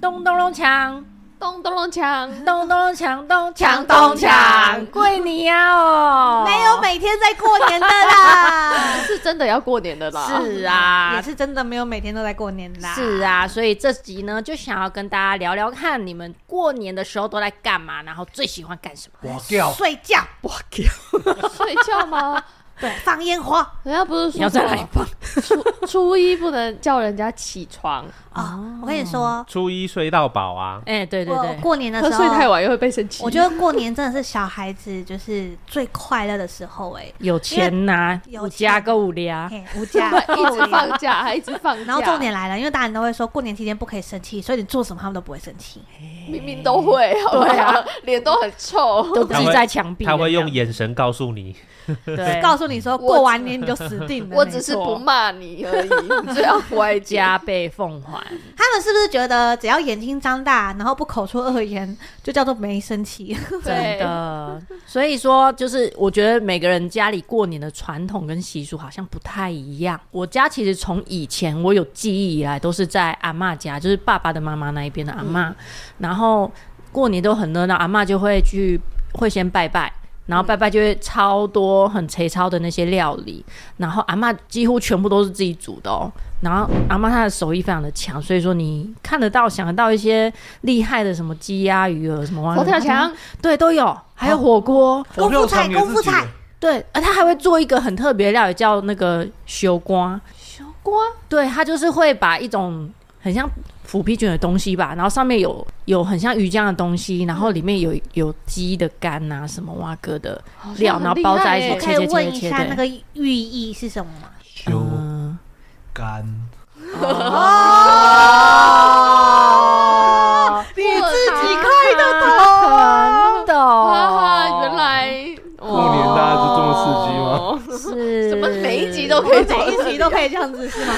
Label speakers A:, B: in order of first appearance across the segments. A: 咚咚咚锵，
B: 咚咚咚锵，
A: 咚咚咚锵，咚
B: 锵咚锵
A: 跪你呀哦！
C: 没有
A: 每天在过年的啦，
B: 是真的要过年的啦。
A: 是啊，
C: 也是真的没有每天都在过年啦。
A: 是啊，所以这集呢，就想要跟大家聊聊看，你们过年的时候都在干嘛，然后最喜欢干什么？
D: 我掉，
C: 睡觉、
B: 睡觉吗？
C: 放烟火
B: 人家不是
A: 你要
B: 说
A: 再
B: 什
A: 来
B: 么
A: 吧？
B: 初初一不能叫人家起床，
C: 啊！我跟你说，
E: 初一睡到饱啊，
A: 哎、哦对对
C: 我
A: 对，
C: 过年的
B: 喝
C: 时
B: 睡太
C: 候，
B: 晚又会被生气。
C: 我觉得过年真的是小孩子就是最快乐的时候哎。
A: 有钱拿，
C: 因为
A: 五
C: 有
A: 加
C: 钱
A: 个五俩，
C: 嘿无 价
B: 一直放假，还一直放假，
C: 然后重点来了，因为大人都会说过年期间不可以生气，所以你做什么他们都不会生气。
B: 明明都会，对啊，脸都很臭。
A: 都自己在墙壁，
E: 他会用眼神告诉你，
A: 对
C: 告诉你说过完年你就死定了。
B: 我只是不骂你而已，你就要 乖家。
A: 加倍奉还，
C: 他们是不是觉得只要眼睛张大，然后不口出恶言，就叫做没生气？
A: 真
B: 对，
A: 的。所以说，就是我觉得每个人家里过年的传统跟习俗好像不太一样。我家其实从以前我有记忆以来，都是在阿嬷家，就是爸爸的妈妈那一边的阿嬷。
B: 嗯
A: 然后过年都很热闹，阿嬷就会去会先拜拜。然后拜拜就会超多很贼超的那些料理，然后阿嬷几乎全部都是自己煮的哦。然后阿嬷她的手艺非常的强，所以说你看得到、想得到一些厉害的什么鸡鸭鱼啊鹅什么蛙
B: 佛跳墙，
A: 对，都有，还有火锅，
C: 功夫菜，功夫菜，
A: 对，呃，他还会做一个很特别的料理，叫那个修瓜，
B: 小瓜
A: 对，他就是会把一种很像腐皮卷的东西吧，然后上面有有很像鱼浆的东西，然后里面有有鸡的肝啊，什么蛙哥的
B: 好像
A: 料，
B: 很
A: 然后
B: 厉
A: 包在
B: 害欸
A: 一
B: 耶
C: 可
A: 起切
C: 以
A: 切
C: 问
A: 切
C: 一
A: 切
C: 下那
A: 的，
C: 个寓意是什么吗？
D: 修
A: 嗯，
D: 干，
A: 哦
C: 哦，
B: 你自
C: 几
B: 己
C: 块的头，
A: 真的哦，
B: 啊，原来
D: 过年大家就这么
B: 刺激吗？
A: 是
B: 怎么每一集都可以走
C: 每
B: 到这里，
C: 一集都可以这样子是吗？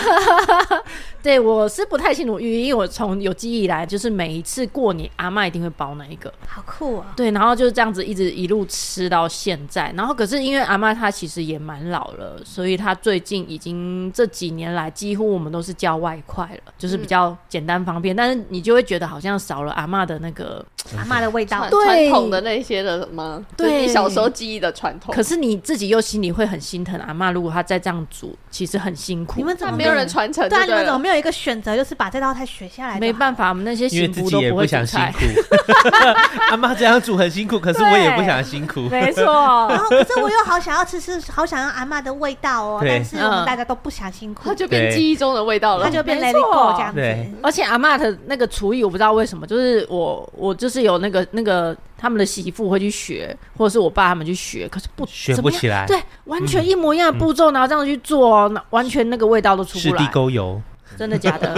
A: 对，我是不太清楚寓意，因为我从有记忆以来，就是每一次过年，阿嬷一定会包那一个。
C: 好酷啊！
A: 对，然后就是这样子一直一路吃到现在。然后可是因为阿妈她其实也蛮老了，所以她最近已经这几年来几乎我们都是叫外快了，就是比较简单方便。但是你就会觉得好像少了阿妈的那个，
C: 阿妈的味道
B: 传，
A: 嗯对
B: 传统的那些的吗？就是
A: 对
B: 你小时候记忆的传统。
A: 可是你自己又心里会很心疼阿妈，如果她再这样煮，其实很辛苦。
C: 你们怎么
B: 但没有人？传承，
C: 对啊，
B: 对
C: 你们怎么
B: 了。
C: 没有一个选择，就是把这道菜学下来？
A: 没办，法，我们那些
E: 因为
A: 媳
E: 自
A: 妇
E: 己
A: 都
E: 也
A: 会煮
E: 想辛
A: 菜。
E: 苦。 阿妈这样煮很辛苦，可是我也不想辛苦。
A: 没错
C: 然，后哦可是我又好想要吃，吃好想要阿妈的味道哦，
E: 对
C: 但是我们
A: 嗯
C: 大家都不想辛苦
B: 它，就变记忆中的味道了
C: 他。就变
A: 没
C: Let it
A: 错
C: go 这样
E: 对
C: 子。
A: 而且阿嬷的那个厨艺，我不知道为什么，就是我我就是有那个那个他们的媳妇会去学，或者是我爸他们去学，可是不
E: 学
A: 怎
E: 不
A: 么样
E: 起来，
A: 对，完全一模一样的步骤，然后这样去做哦，那完全那个味道都出
E: 嗯是
A: 不
E: 地
A: 来，
E: 沟油，
A: 真的假 的？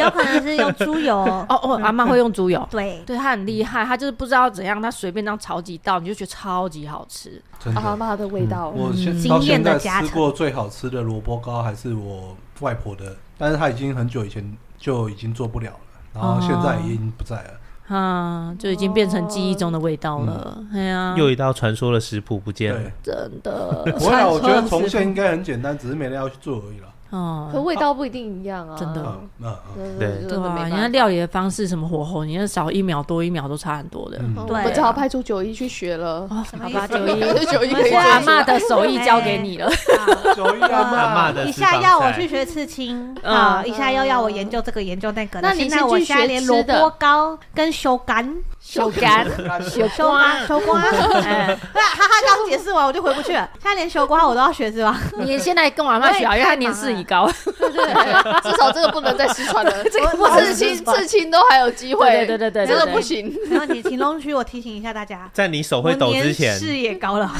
C: 有可能是用猪油，
A: 哦哦，阿嬷会用猪油，
C: 对，
A: 对她很厉害，她就是不知道怎样，她随便这样炒几道，你就觉得超级好吃。
D: 真
B: 阿
D: 的。
C: 哦
B: 妈的味道，
D: 我现
C: 嗯经
D: 到
C: 验
D: 现
C: 的
D: 在
C: 加
D: 吃
C: 成
D: 过最好吃的萝卜糕还是我外婆的，但是她已经很久以前就已经做不了了，然后现在已经不在了。
A: 啊，就已经变成记忆中的味道了。哎呀，
E: 嗯又一道传说的食谱不见了
D: 对。，
A: 真的
D: 不会啊，我觉得重现应该很简单，只是没人要去做而已啦。
A: 哦、
B: 可味道不一定一样
C: 哦
B: 啊，
A: 真的
D: 嗯嗯嗯，
B: 对
E: 对
B: 对
A: 对啊，人
B: 人
A: 家
B: 家
A: 料理的方式什么火候，你那少一秒多一秒都差很多的。
D: 嗯
B: 我
C: 对
B: 们只好派出九一去学了。
A: 哦，
C: 什
A: 好
C: 么意
A: 吧，
C: 思
A: 九 一，
B: 九一可
C: 我们
B: 以
C: 是
A: 阿
B: 解
A: 妈
B: 决。
A: 的手艺交给你
C: 哎
A: 了。
D: 九一 阿
E: 阿嬷
D: 妈
E: 的
C: 啊呃一
E: 私房
C: 下要我
E: 菜
C: 去学刺青
A: 嗯
C: 啊，一下又要我研究这个研究那个的。
B: 那你
C: 现在
B: 先
C: 我
B: 去
C: 现在
B: 学
C: 连
B: 吃
C: 萝
B: 的
C: 卜糕跟修干、
A: 手干，
C: 修 瓜、修瓜，
A: 哎，
C: 对啊， 哈哈，刚解释完我就回不去了。现在连修瓜我都要学是吧？
A: 你现在跟我阿
C: 哎
A: 妈学啊，因为她年事已高。
B: 对对 对，至少这个不能再失传了。这
C: 个不能
B: 刺
C: 失
B: 青，
C: 传
B: 刺青都还有机会。
A: 对对对对对
B: 这个
A: 对
B: 不行。
C: 然后你晴隆区，我提醒一下大家，
E: 在你手
C: 我
E: 会抖之
C: 年
E: 前，
C: 事也高 了，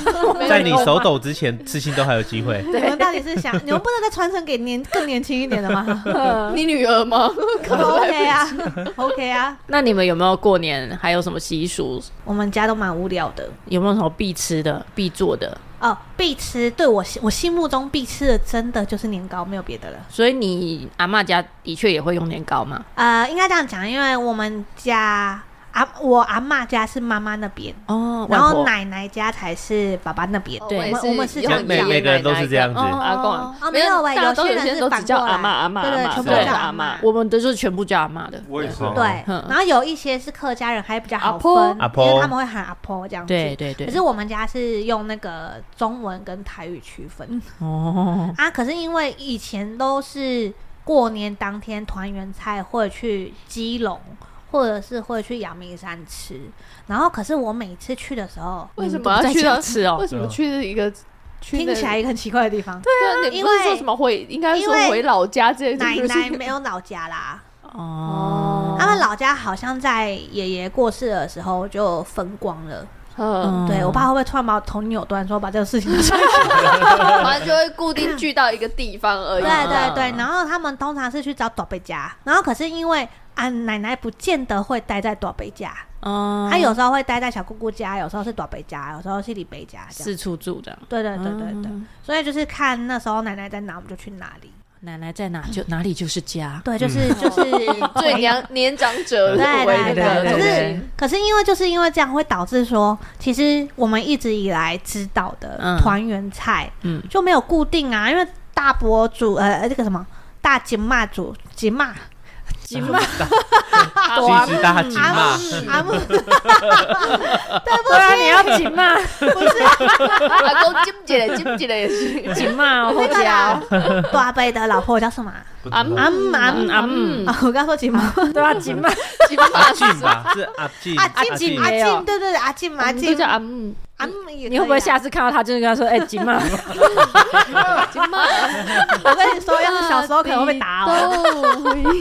E: 在你手抖之前，刺青都还有机会。
C: 你们到底是想，你们不能再传承给年更年轻一点的 吗
B: 你女儿吗？可能来不及
C: ？OK 啊，OK 啊，
A: 那你们有没有过年还有什么习俗？
C: 我们家都蛮无聊的。
A: 有没有什么必吃的、必做的？
C: 哦，必吃，对我心我心目中必吃的真的就是年糕，没有别的了。
A: 所以你阿妈家的确也会用年糕嘛？
C: 呃，应该这样讲，因为我们家阿我阿嬷家是妈妈那边，
A: 哦
C: 然后奶奶家才是爸爸那边。
A: 对
B: 哦也
C: 我们我们是这
B: 用
C: 样
B: 爷
E: 每
B: 爷
E: 每个人都
B: 奶奶
E: 是这样子
B: 跟哦阿公阿
C: 哦
B: 嬷
C: 没有欸
B: 大家都
C: 有些人
B: 些
C: 是
B: 都
C: 反
B: 只叫
C: 过来
B: 阿妈阿妈
C: 对对
B: 阿
C: 全部
A: 都
B: 对啊
A: 叫
C: 阿嬷
B: 阿妈。
A: 我们的是全部叫阿妈的。
D: 我也是
E: 哦，
C: 对，
A: 嗯
C: 然后有一些是客家人，还比较好
B: 阿婆
C: 分，
E: 阿
C: 因
E: 婆
C: 为他们会喊阿婆这样子。
A: 对对对
C: 可是我们家是用那个中文跟台语区分
A: 哦，
C: 啊。可是因为以前都是过年当天团圆菜会去基隆，或者是会去阳明山吃，然后可是我每次去的时候，
B: 为什
A: 你
B: 么
A: 们都
B: 要
A: 在
B: 去
A: 家
B: 到
A: 吃哦
B: 为什么去一个去
C: 嗯听
B: 那
C: 起来一个很奇怪的地方。
B: 对啊？你
C: 因
B: 不是
C: 为
B: 说什么回，应该
C: 因
B: 说
C: 为
B: 回老家这些
C: 奶
B: 就是 嗯
C: 奶 没有老家啦，
A: 哦，
C: 他们老家好像在爷爷过世的时候就分光了。
B: 嗯，
C: 对我爸会不会突然把我头扭断，说把这个事情
B: 反正就会固定聚到一个地方而已。
C: 对对对，然后他们通常是去找短辈家，然后可是因为啊奶奶不见得会待在短辈家，
A: 哦
C: 她、有时候会待在小姑姑家，有时候是短辈家，有时候是李北家这样。
A: 四处住这样。
C: 对对对对对，
A: 嗯
C: 所以就是看那时候奶奶在哪，我们就去哪里。
A: 奶奶在哪就哪里就是家。
C: 对，就是、 就是
B: 最年 年长者
C: 对对
B: 为
C: 对，
B: 的
C: 可
B: 东
C: 是
B: 西。
C: 可是因为就是因为这样会导致说，其实我们一直以来知道的
A: 嗯
C: 团圆菜，
A: 嗯
C: 就没有固定啊，因为大博主呃这个什么大金骂主金骂
A: 金嘛，
E: 金石大金
C: 阿
E: 嘛，
C: 木阿木，
A: 对啊，你要金嘛，
B: 阿公金姐嘞，金姐嘞也是
A: 金嘛 哦，好家
C: 大伯的老婆叫什么啊？
D: 不知
B: 阿
D: 道
A: 嗯
C: 阿姆阿姆
A: 阿姆
C: 啊，我刚说金妈，
A: 哦嗯对啊，金 嘛，
B: 金妈
E: 阿进吧，是阿进，
C: 阿
A: 阿
C: 金
A: 进
C: 阿
A: 也有
C: 金，对对对，阿金阿
B: 我们都
C: 金
B: 叫阿姆
C: 阿姆也可以啊，
A: 你会不会下次看到他就是跟他说，哎，金 嘛，
B: 金妈。
C: 我跟你说，要是小时候可能会被打哦。
B: 哦。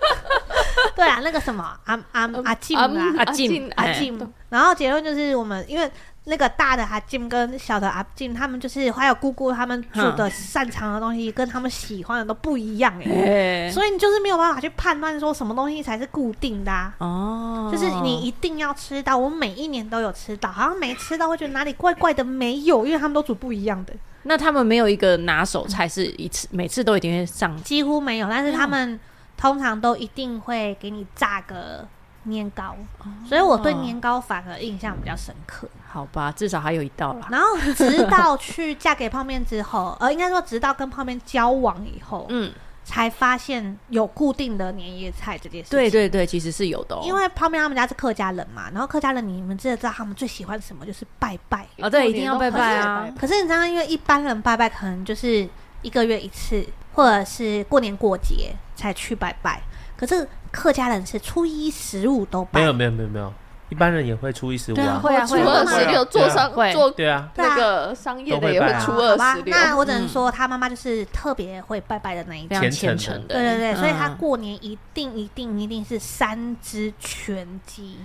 C: 对啊，那个什么阿阿阿金
B: 阿
C: 啊，
B: 姆
A: 嗯阿进
C: 阿
A: 哎
C: 进。然后结论就是，我们因为那个大的阿进跟小的阿进，他们就是还有姑姑他们煮的擅长的东西，跟他们喜欢的都不一样哎，
A: 哎，
C: 所以你就是没有办法去判断说什么东西才是固定的啊。
A: 哦，
C: 就是你一定要吃到，我每一年都有吃到，好像没吃到会觉得哪里怪怪的，没有，因为他们都煮不一样的，
A: 那他们没有一个拿手菜是一次每次都一定会上
C: 几乎没有。但是他们通常都一定会给你炸个年糕，
A: 哦
C: 所以我对年糕反而印象比较深刻。
A: 好吧，至少还有一道啦。
C: 然后直到去嫁给泡面之后，呃，应该说直到跟泡面交往以后，
A: 嗯，
C: 才发现有固定的年夜菜这件事情。
A: 对对对，其实是有的哦。
C: 因为泡面他们家是客家人嘛，然后客家人你们真的知道他们最喜欢什么，就是拜拜。
A: 哦，对，一定要拜拜啊。
C: 可是你知道，因为一般人拜拜可能就是一个月一次，或者是过年过节才去拜拜。可是客家人是初一十五都拜，
E: 没有没有没有没有，一般人也会初一十五
A: 对
E: 啊，
A: 啊，会啊
C: 我
A: 会
B: 初
A: 啊
B: 二
A: 会
B: 十
A: 啊。
B: 六做商
A: 会
B: 做
E: 对啊，
C: 对啊
B: 那个商业的也
E: 都会
B: 会
E: 拜啊
B: 初
C: 好
B: 二
C: 吧
B: 十？六。
C: 那我嗯只能说他妈妈就是特别会拜拜的那一
A: 非
C: 种。
A: 常虔
E: 虔
A: 诚
E: 诚
A: 的，
C: 对对对，所以他
A: 啊嗯
C: 过年一定一定一定是三只全鸡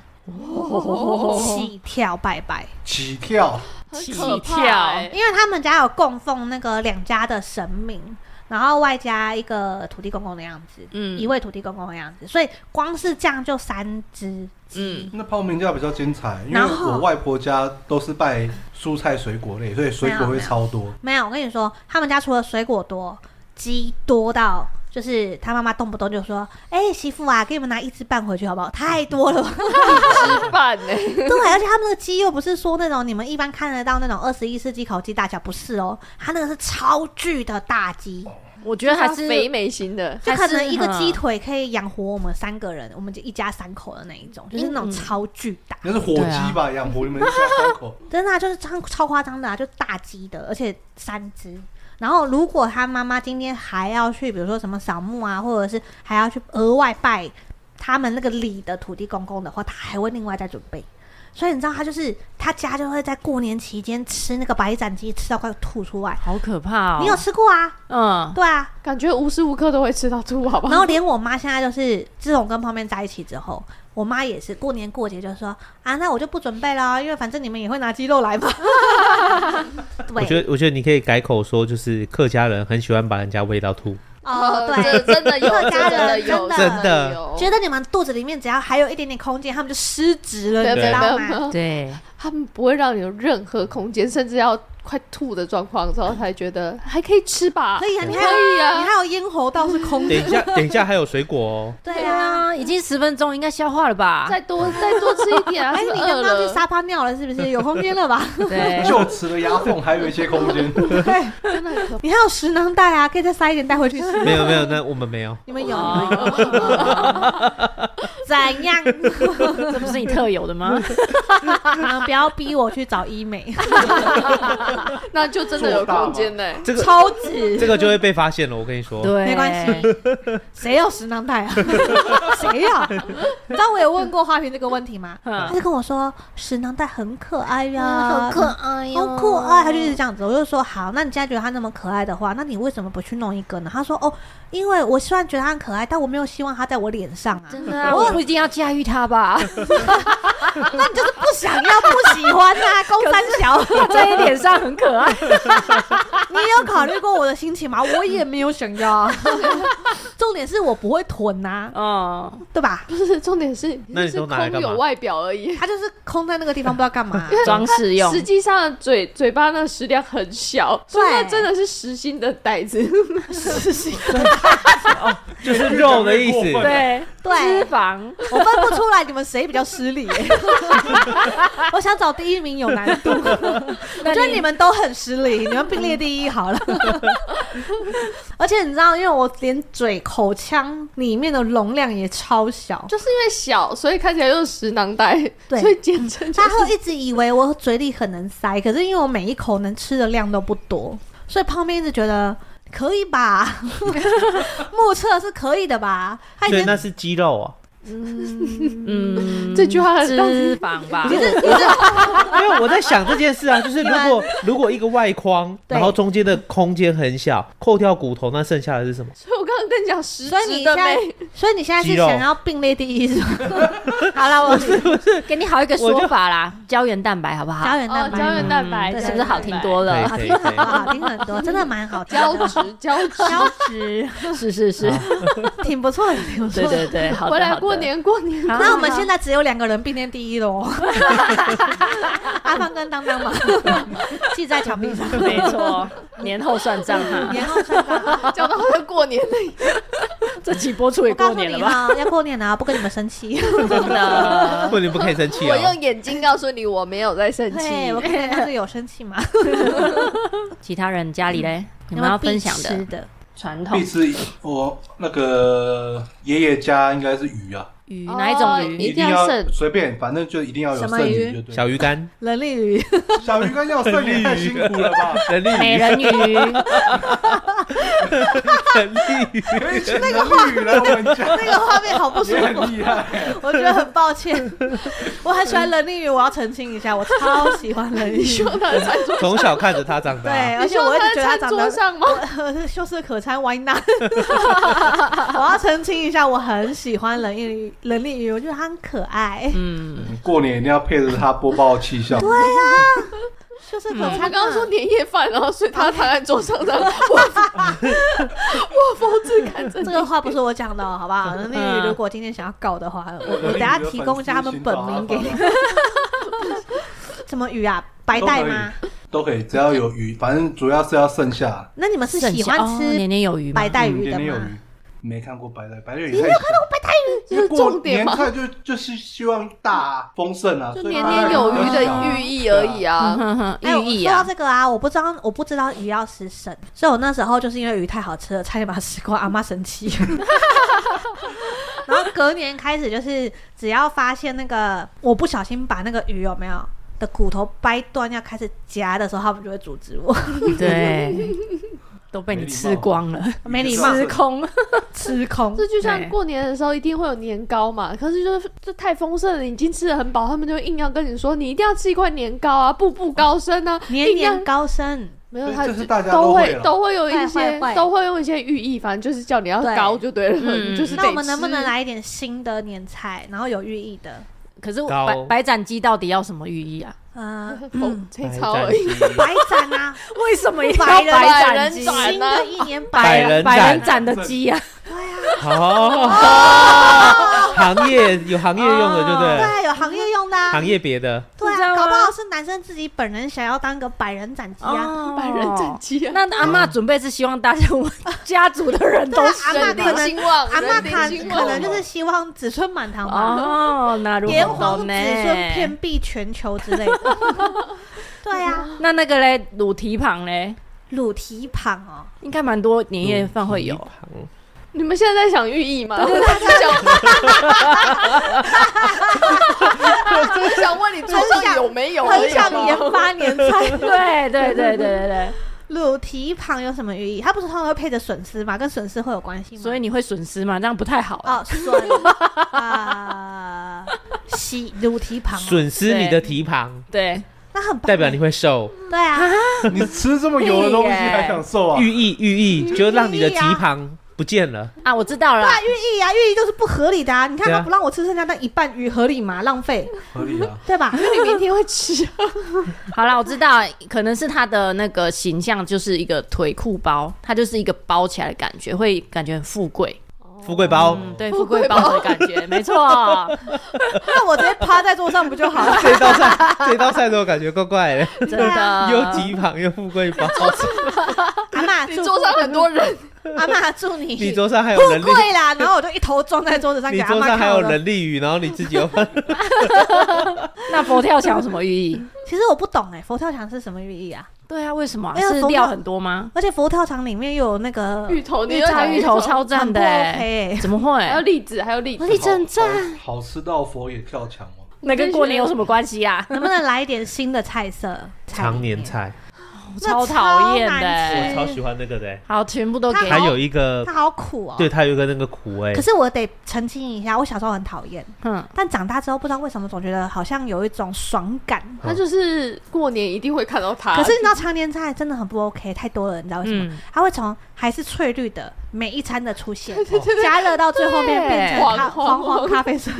C: 起跳拜拜，
D: 起跳，
B: 很
A: 起
B: 可怕
A: 跳
B: 欸
C: 因为他们家有供奉那个两家的神明，然后外加一个土地公公的样子，
A: 嗯
C: 一位土地公公的样子，所以光是这样就三只鸡。
A: 嗯
D: 那泡面家比较精彩，因为
C: 然后
D: 我外婆家都是拜蔬菜水果类，所以水果会超多。
C: 没有，我跟你说，他们家除了水果多，鸡多到就是他妈妈动不动就说：“哎、媳妇啊，给你们拿一只半回去好不好？太多 了吧。”
B: 吃饭呢、
C: 对，而且他们那个鸡又不是说那种你们一般看得到那种二十一世纪烤鸡大小，不是哦，它那个是超巨的大鸡，
A: 我觉得还是
B: 肥美型的，
C: 就可能一个鸡
A: 哦还是嗯
C: 腿可以养活我们三个人，我们就一家三口的那一种，就是
A: 嗯
C: 那种超巨大，
D: 那是火鸡吧？养活你 们一家三口，
C: 真的、啊、就是超超夸张的啊，就大鸡的，而且三只。然后，如果他妈妈今天还要去，比如说什么扫墓啊，或者是还要去额外拜他们那个里的土地公公的话，他还会另外再准备。所以你知道，他就是他家就会在过年期间吃那个白斩鸡，吃到快吐出来。
A: 好可怕哦。
C: 你有吃过啊？
A: 嗯，
C: 对啊，
B: 感觉无时无刻都会吃到吐，好不
C: 然后
B: 好？
C: 连我妈现在就是，自从跟泡面在一起之后，我妈也是过年过节就说啊，那我就不准备了，因为反正你们也会拿鸡肉来嘛。
E: 我
C: 对，
E: 觉得，我觉得你可以改口说，就是客家人很喜欢把人家喂到吐。
C: 哦， 对，
B: 这真的有，
C: 客家
B: 真的
C: 人
B: 有，
C: 真的
E: 真的
B: 有。
C: 觉得你们肚子里面只要还有一点点空间，他们就失职了，你
B: 没
C: 知
B: 有没
C: 道
B: 有没
C: 吗？
B: 有，
A: 对，
C: 啊
B: 他们不会让你有任何空间，甚至要快吐的状况之后，才觉得还可以吃吧？
C: 可以啊，你还
B: 可
C: 有
B: 以
C: 你
B: 啊，
C: 还有咽喉道是空
E: 等
C: 的。
E: 一下，等一下还有水果哦。
C: 对
A: 对
C: 啊，
A: 啊，已经十分钟应该消化了吧？
B: 再多再多吃一 点啊！
C: 哎，
B: 是不
C: 你
B: 是
C: 刚
B: 饿
C: 刚去
B: 了？
C: 沙发尿了是不是？有空间了 吧？
A: 对，
D: 就吃了牙缝还有一些空间。
C: 对，
B: 真的很可怕。
C: 你还有食囊袋啊，可以再塞一点带回去吃。
E: 没有没有，那我们没有。
C: 你们有？
B: 哦
C: 你们有 怎样？
A: 这不是你特有的吗？
C: 你们不要逼我去找医美，
B: 那就真的有空间呢、
E: 这个
C: 超值，
E: 这个就会被发现了，我跟你说。
A: 对，
C: 没关系。谁要食囊袋啊？谁要？你知道我有问过花瓶这个问题吗？
A: 嗯
C: 他就跟我说食囊袋很可爱呀、
B: 嗯好可
C: 爱呀、好可爱。他就一直这样子，我就说好，那你既然觉得它那么可爱的话，那你为什么不去弄一个呢？他说哦，因为我虽然觉得它很可爱，但我没有希望它在我脸上啊。
A: 真的啊，我不一定要驾驭 它吧？
C: 那你就是不想要，不喜欢呐、公三小。
A: 在你脸上很可爱，
C: 你有考虑过我的心情吗？我也没有想要 啊。重点是我不会囤呐、
A: 哦，
C: 对吧？
B: 不是，重点是
E: 那你
B: 是
E: 都拿来
B: 空
E: 干嘛
B: 有外表而已。
C: 它就是空在那个地方，不知道干嘛、
A: 装饰用
B: 实。际上，嘴嘴巴那食量很小，所以那真的是实心的袋子，
E: 就是肉的意思。
A: 对，
C: 对
A: 脂，肪
C: 我分不出来你们谁比较失礼、 欸我想找第一名有难度，我觉得你们都很失礼，你们并列第一 好了。而且你知道，因为我连嘴、口腔里面的容量也超小，
B: 就是因为小，所以看起来就是食囊袋，
C: 对
B: 所以简称就
C: 他
B: 是
C: 会一直以为我嘴里很能塞，可是因为我每一口能吃的量都不多，所以泡面一直觉得可以吧， 目测是可以的吧。他已
E: 所以
C: 经
E: 那是鸡肉啊，
A: 嗯，
B: 这句话很大
A: 脂肪吧，
E: 因为我在想这件事啊，就是如果如果一个外框，
C: 对
E: 然后中间的空间很小，扣掉骨头，那剩下的是什么？
B: 所以我刚刚跟你讲实
C: 所以
B: 质
C: 你
B: 的
C: 现在
B: 美，，
C: 所以你现在是
E: 肌肉
C: 想要并列第一是吗？ 好了，
A: 哦
C: 我
A: 给你好一个
E: 我就
A: 说法啦，胶原蛋白好不好？
C: 胶原蛋
B: 哦胶
C: 白
B: 原
C: 吗，
B: 蛋白
C: 嗯
A: 这
C: 对
A: 是不是好听多了？
C: 好
E: 可以
C: 听
E: 可
C: 很
E: 以
C: 多，好听很多，真的蛮好听
B: 胶
C: 的。
B: 质胶 质。
C: 胶质
A: 是是是，
C: 挺不错的，挺不错
A: 对
C: 的。
A: 对对，好的
B: 回来
A: 好的
B: 过年过年，
A: 好
C: 那我们现在只有两个人并列第一了 哦，阿芳跟当当嘛， 记在墙 壁上。
A: 没错，年后算 账哈，
C: 年后算账。
B: 讲到快过年了，
A: 这期播出也
C: 我告
A: 过
C: 诉
A: 年
C: 你
A: 了吧？
C: 哈，要过年了啊，不跟你们生气。
A: 真的，
E: 不，你不可以生气
B: 我
E: 哦
B: 用。眼睛告诉你，我没有在生气
C: 对，我。看见他是有生气吗？
A: 其他人家里嘞， 你们要分享
C: 有没有
A: 的
C: 必吃 的，
A: 传统
D: 必吃我那个爷爷家应该是鱼啊，
A: 鱼
B: 哦
A: 哪一种
B: 一
A: 鱼？
B: 定要
D: 要
B: 剩
D: 随便，反正就一定要有
C: 什么
D: 剩
C: 鱼
D: 鱼，就对了。
E: 小鱼干、
C: 人力鱼，
D: 小鱼干要剩也太辛苦了 吧？
E: 人力
A: 美
E: 鱼、
A: 人鱼，
E: 人力鱼，
D: 可以请人力鱼来我们家，
C: 那个画面好不舒
D: 也
C: 服，
D: 很厉害。
C: 我觉得很抱歉。我很喜欢人力鱼，我要澄清一下，我超喜欢人力
B: 你
C: 鱼
B: 说。他的餐桌，
E: 从小看着它长
C: 对，
E: 大。
C: 而
B: 你
C: 且
B: 说
C: 我一
B: 他
C: 直觉得
B: 的
C: 他
B: 餐
C: 长
B: 桌
C: 得
B: 上吗？
C: 呃秀色可餐，Why not？我要澄清一下，我很喜欢人力鱼，人力鱼，我觉得它很可爱。
A: 嗯，
D: 过年一定要配着它播报气象。
B: 啊
C: 秀色可
B: 我
C: 嗯餐嘛，
B: 们刚刚说年夜饭，然后所以他躺在桌上 这样，我我疯子看着你
C: 这个话不是我讲的哦，好不
B: 嗯
C: 好？人力鱼如果今天想要搞的话，我我等下提供一下他们本名给你。 什么鱼啊？白带吗？
D: 都可以，只要有鱼，反正主要是要剩下。
C: 那你们是喜欢
A: 剩下哦
C: 吃
A: 年年有余吗
C: 白？带
D: 嗯
C: 鱼
D: 年
C: 的
D: 年有
C: 吗
D: 余？没看过白带鱼，白带鱼你没有看过白带鱼，因
B: 这
D: 为
B: 是
D: 过
B: 重点
D: 年
B: 吗
D: 菜就就是希望大丰盛啊，
B: 就
D: 所以
B: 年
D: 白带
B: 年
D: 鱼
B: 有余
D: 比较
B: 的
D: 小
B: 寓意而已啊。
C: 哎，我
A: 嗯寓意
C: 说到
A: 啊，
C: 这个啊，我不知道，我不知道鱼要吃肾，所以我那时候就是因为鱼太好吃了，差点把它吃光，阿妈生气。 然后隔年开始，就是只要发现那个我不小心把那个鱼有没有的骨头掰断，要开始夹的时候，他们就会阻止我
A: 对，都被你吃光了，
C: 没礼貌
A: 吃空，
C: 吃空
B: 这。就像
A: 对
B: 过年的时候一定会有年糕嘛，可是就是这太丰盛了，你已经吃的很饱，他们就硬要跟你说你一定要吃一块年糕啊，步步高升啊，
C: 哦年
B: 硬要
C: 年高升，
B: 没有
D: 对
B: 他
D: 这是大家
B: 都
D: 都会
B: 会
D: 啦
B: 都会有一
C: 会
B: 些
C: 会会
B: 都会用一些寓意，反正就是叫你要
C: 对
B: 高就对了，
A: 嗯
B: 你 就是得
C: 那我们能不能
B: 吃
C: 来一点新的年菜，然后有寓意的？
A: 可是
E: 高
A: 白白斩鸡到底要什么寓意啊？
C: 呃，
B: 哦这一超
E: 白
B: 而
E: 斩
B: 已？
E: 鸡
C: 白斩啊，
A: 为什么要
C: 白人
B: 百
A: 斩
B: 人
A: 鸡？
B: 斩
C: 新
B: 呢
C: 的一年
E: 百
C: 白
E: 人斩
A: 百人斩的鸡啊，
E: 哦，行业有行业用的，对不对？
C: 对，有行业用的啊，
E: 行业别的，
C: 对
A: 是这样
C: 啊，
A: 吗
C: 搞不好是男生自己本人想要当个百人斩鸡啊。
A: 哦
B: 百人斩。鸡啊，
A: 那阿嬷准备是希望大家我们家族的人都
C: 对啊
A: 是
C: 阿嬷
B: 人
C: 可
B: 丁
C: 能
B: 兴旺，
C: 阿妈
B: 人丁
C: 看
B: 兴
C: 可
B: 旺
C: 能就是希望子孙满堂嘛，
A: 哦，那如
C: 炎
A: 果
C: 黄子孙遍布全球之类的。对啊，
A: 那那个嘞，卤蹄膀嘞，
C: 鲁蹄膀哦，
A: 应该蛮多年夜哎饭会有
E: 蹄。膀
B: 你们现在在想寓意吗？我 只是想问你桌上有没有而
C: 很
B: 已
C: 想
B: 好不
C: 研
B: 好
C: 发年菜。
A: 对对对对对对，
C: 鲁蹄膀有什么寓意？它不是通常会配着笋丝嘛，跟笋丝会有关系吗？
A: 所以你会损失嘛？这样不太好。
C: 哦，笋啊，西鲁蹄膀哦，
E: 损失你的蹄膀，
A: 对，
C: 那很棒
E: 代表你会瘦，
C: 对啊，
D: 你吃这么油的东西
A: 屁耶
D: 还想瘦啊？
E: 寓意寓意就让你的
C: 寓意
E: 蹄
C: 啊
E: 膀不见了。
A: 啊，我知道了啦。
C: 那寓意啊，寓意就是不合理的啊！你看
E: 对啊
C: 他不让我吃剩下那一半鱼，合理吗？浪费，
D: 合理啊，
C: 对吧？
B: 你明天会吃啊？
A: 好啦，我知道，可能是他的那个形象就是一个腿裤包，它就是一个包起来的感觉，会感觉很富贵。
E: 富贵包，
C: 哦
A: 嗯，对，富
B: 富
A: 贵
B: 贵
A: 包
B: 包
A: 的感觉，没错。
C: 那我直接趴在桌上不就好 了？啊
E: 这道菜这道菜怎么感觉怪怪的？
A: 真的，
E: 又蹄膀又富贵包，
C: 阿妈
B: 你
C: 祝
B: 桌上很多人，
C: 阿妈祝你
E: 你桌上还有
C: 富
E: 人力，
C: 贵啊啦！然后我就一头撞在桌子上，给
E: 你
C: 阿
E: 桌
C: 妈
E: 上还有
C: 看了。
E: 人力鱼，然后你自己又
A: 那佛跳墙有什么寓意？
C: 其实我不懂哎，佛跳墙是什么寓意啊？
A: 对啊，为什么啊
C: 没有
A: 是
C: 佛
A: 料
C: 跳
A: 很多吗？
C: 而且佛跳墙里面又有那个
B: 芋头，你
A: 芋
B: 又
A: 头
B: 讲
A: 芋头超赞
C: 很不
A: 的欸，
C: OK 欸
A: 怎么
B: 还有
A: 会？
B: 栗子，还有栗子，
A: 力真
C: 啊
A: 赞，
D: 好好吃到佛也跳墙哦。
A: 那跟过年有什么关系啊？
C: 能不能来一点新的菜色？
E: 常年，菜，
C: 那
A: 超讨厌的
C: 超难
A: 欸。
C: 吃
E: 超喜欢那个的欸。
A: 好，全部都给
C: 它
E: 还有一个
C: 它，好苦哦。
E: 对，，它有一个那个苦味
C: 可，是我得澄清一下，我小时候很讨厌，
A: 嗯，
C: 但长大之后不知道为什么总觉得好像有一种爽感。
B: 它就是过年一定会看到它。
C: 可 是你知道常年菜真的很不 OK，太多了，你知道为什么？
A: 嗯
C: 它会从还是翠绿的每一餐的出现，
B: 对对
C: 加热到最后面
A: 对
C: 变成咖
B: 黄黄
C: 黄黄
B: 黄
C: 咖啡色。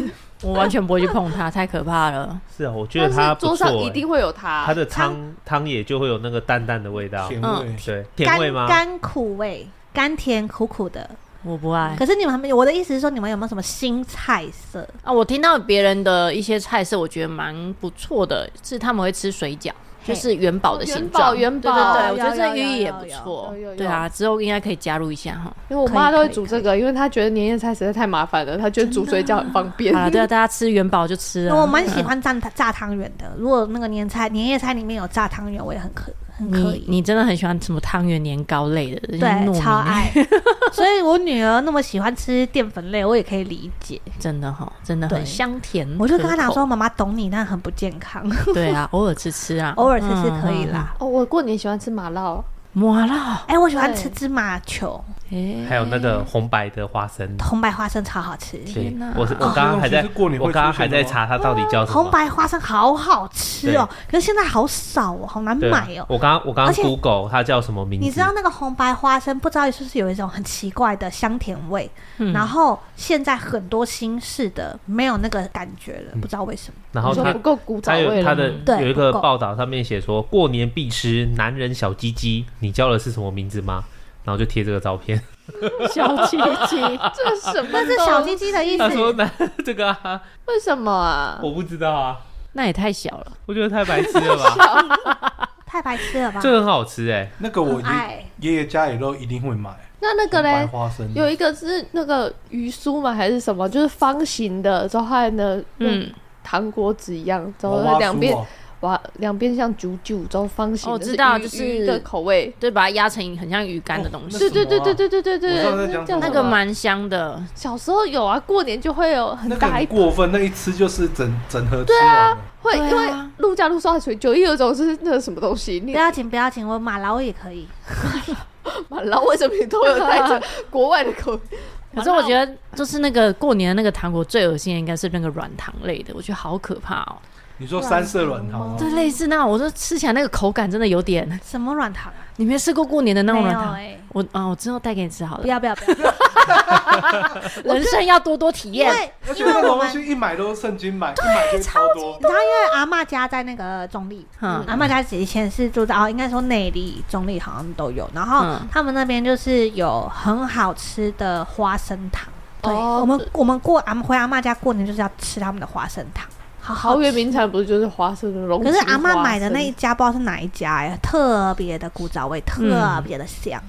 A: 我完全不会去碰它，太可怕了。
E: 是啊，我觉
B: 但
E: 得它
B: 是
E: 不
B: 桌
E: 错
B: 上
E: 欸，
B: 一定会有它。
E: 它的汤汤也就会有那个淡淡的味道，
D: 甜
A: 嗯
D: 味，
E: 对，
C: 甘
E: 甜味吗？
C: 甘苦味，甘甜苦苦的。
A: 我不爱
C: 可是你们还没，我的意思是说，你们有没有什么新菜色？
A: 啊！我听到别人的一些菜色，我觉得蛮不错的，是他们会吃水饺，
C: 嘿哦
A: 就是元宝的形
B: 元
A: 状。
B: 宝元
A: 对
B: 宝
A: 对对，
C: 有
A: 我觉得这
C: 有
A: 寓意
C: 有
A: 也
C: 有
A: 不
C: 有
A: 错
B: 有有。有
A: 对啊，之后应该可以加入一下哈。
B: 因为我
C: 可以
B: 妈都会
C: 可以
B: 煮
C: 可以
B: 这个，因为她觉得年夜菜实在太麻烦了，她觉得煮水饺很方便。
A: 好了，对 啊，大家吃元宝就吃啊。
C: 我蛮喜欢蘸炸汤圆的。如果那个年菜年夜菜里面有炸汤圆，我也很可很可
A: 嗯你
C: 以。
A: 你真的很喜欢什么汤圆、年糕类的，就是糯
C: 对，
A: 米
C: 超 爱。所以我女儿那么喜欢吃淀粉类，我也可以理解。
A: 真的哈，真的
C: 对
A: 很香甜。
C: 我就跟她
A: 嗯可
C: 讲
A: 口
C: 说：“，妈妈懂你，但很不健 康，
A: 对啊，偶尔吃吃啊，
C: 偶尔吃吃可以啦。
B: 哦，我过年喜欢吃麻辣，
A: 嗯。麻辣，
C: 哎、我喜欢吃
B: 对
C: 芝麻球，
A: 哎
E: 还有那个红白的花生。
C: 红白花生超好吃。
E: 对
A: 天哪，
E: 我是我刚刚还在
D: 这种东西是哦过年会
E: 我刚刚
D: 出
E: 还
D: 现
E: 在
D: 的吗
E: 查它到底叫什么。
C: 红白花生好好吃哦，可是现在好少哦，好难
E: 对啊
C: 买哦。
E: 我刚刚我刚
C: 而
E: 刚
C: 且
E: Google 它叫什么名字？
C: 你知道那个红白花生，不知道是不是有一种很奇怪的香甜味？
A: 嗯
C: 然后现在很多新式的没有那个感觉了，
E: 嗯
C: 不知道为什么。
E: 然后
B: 你说
E: 它
B: 不够古早
E: 它有
B: 味
E: 它
B: 了吗。
E: 的
C: 对
E: 有一个
C: 不够
E: 报道上面写说过年必吃男人小鸡鸡，你叫的是什么名字吗？然后就贴这个照片，
A: 小七七，
B: 这个什么？
C: 那
A: 啊
C: 是小鸡鸡的意思
E: 他，说男这个啊，
B: 为什么啊？
E: 我不知道啊，
A: 那也太小了。
E: 我觉得太白痴了吧，
C: 太白痴了吧？
E: 这个很好吃哎，
D: 那个我
C: 很爱
D: 爷爷家也都一定会买，
B: 那那个
D: 白
B: 嘞，
D: 花生，
B: 有一个是那个鱼酥嘛，还是什么？就是方形的，之后还呢，嗯，
A: 嗯，
B: 糖果纸一样，之后
D: 娃娃
B: 它
D: 酥
B: 两边
D: 哦
B: 哇，两边像煮酒，之后方形的，
A: 哦知道
B: 鱼
A: 就是
B: 鱼的口味。
A: 对，把它压成很像鱼干的东西
D: 那，
B: 对对
D: 什么
B: 对
D: 啊
B: 对对对对对，
D: 我知道在
B: 那
D: 讲
B: 叫
D: 什啊
A: 那
B: 什
A: 个
B: 么
A: 蛮香的。
B: 小时候有啊，过年就会有很
D: 那个
B: 大一
D: 很
B: 盘，
D: 过分，那一吃就是整整盒吃
B: 对
D: 完
B: 啊
D: 了。，
B: 会
A: 对啊
B: 因为陆家陆烧海水酒，也有一种是那个什么东西，
C: 不
B: 你
C: 要紧，不要紧，我马劳也可以。
B: 嘛，然后为什么你都有带着国外的口味？
A: 可是我觉得，就是那个过年的那个糖果最恶心的应该是那个软糖类的，我觉得好可怕哦。
D: 你说三色软糖吗
A: 对，类似那种，我说吃起来那个口感真的有点，
C: 什么软糖啊？
A: 你没吃过过年的那种
C: 没
A: 软
C: 有
A: 糖？
C: 哎，
A: 我啊，我之后带给你吃好
C: 不
A: 了。
C: 要不要不 要，
A: 人生要多多体
C: 因
A: 验。
C: 为
D: 而且
C: 因为
D: 那
C: 我
D: 种
C: 们
D: 东西一买都是圣经买，一买就超多。
C: 你知道，因为阿嬷家在那个中立，
A: 嗯
C: 阿嬷家以前是住在哦，应该说内里、中立好像都有。然后
A: 嗯
C: 他们那边就是有很好吃的花生糖。对，
B: 哦
C: 我们我们过阿回阿嬷家过年就是要吃他们的花生糖，好好
B: 桃
C: 吃。
B: 园名产不是就是花生的龙？
C: 可是阿嬷买的那一家不知道是哪一家哎，特别的古早味，特别的香。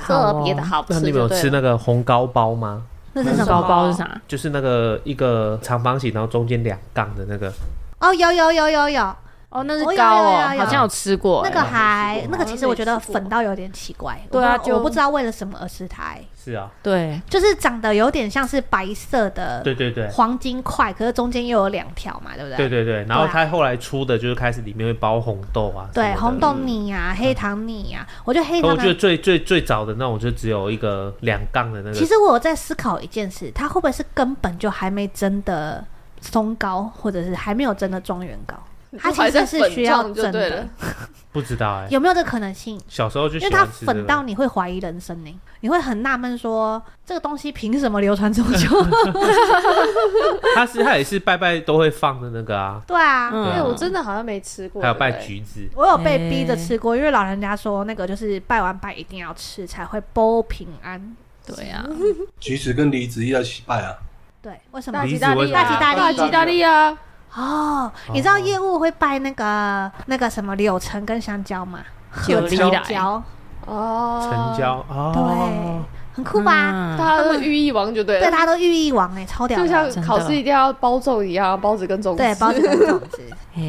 B: 特别的好吃，
E: 那你们有吃那个红糕包吗？
C: 那是
A: 那
C: 什
A: 包
C: 么？
A: 包是啥？
E: 就是那个一个长方形，然后中间两杠的那个，
C: 哦，有有有有有，
A: 哦，那是
C: 哦有
A: 糕
C: 有
A: 哦，
C: 有有
A: 好像有吃过
C: 那
A: 欸。
C: 个还
D: 没吃过
C: 那个其实我觉得
B: 好像没吃过
C: 粉到有点奇怪。
A: 对啊
C: 我不知道
A: 就
C: 我不知道为了什么而吃它哎，
E: 是啊，
A: 对，
C: 就是长得有点像是白色的
E: 对对对，
C: 黄金块，可是中间又有两条嘛，对不对？啊
E: 对对对。然后它后来出的就是开始里面会包红豆啊，
C: 对
E: 什么的
C: 红豆。泥啊，黑糖泥啊，我觉得黑
E: 可
C: 糖
E: 我觉得
C: 糖。
E: 最最最早的那种就只有一个两杠的那
C: 其
E: 个，
C: 实我有在思考一件事，它会不会是根本就还没真的松糕，或者是还没有真的状元糕？
B: 嗯
C: 它其实是需要
B: 就
C: 蒸
B: 对
C: 的
B: 了，，
E: 不知道哎。
C: 有没有这可能性？
E: 小时候就
C: 因
E: 喜
C: 为它
E: 欢吃这
C: 粉
E: 个
C: 到你会怀疑人生呢、你会很纳闷说这个东西凭什么流传这么久？
E: 它是它也是拜拜都会放的那个啊，
C: 对啊，
A: 嗯
B: 哎，我真的好像没吃过，
E: 还有
B: 对不
E: 拜
B: 对
E: 橘子，
C: 我有被逼着
E: 嗯
C: 吃过，因为老人家说那个就是拜完拜一定要吃才会保平安。
A: 对
B: 啊
A: 呀，
D: 橘子跟梨子要一起拜啊，
C: 对，为什么
B: 大？
E: 梨
B: 吉
E: 子
B: 大
E: 味
B: 利
E: 道
B: 啊，
C: 大吉大利
B: 大吉大利啊，
C: 哦，你知道业务会拜那个那个什么柳橙跟香蕉 吗？
A: 九里来
C: 蕉，
B: 哦，
E: 成，交哦，
C: 很酷吧？
A: 嗯
B: 大家都寓意王就对
C: 对，
B: 了，
C: 大家都寓意王哎，超屌的！
B: 就像
A: 真的
B: 考试一定要包粽一样，包子跟粽子，
C: 对包子跟粽 子，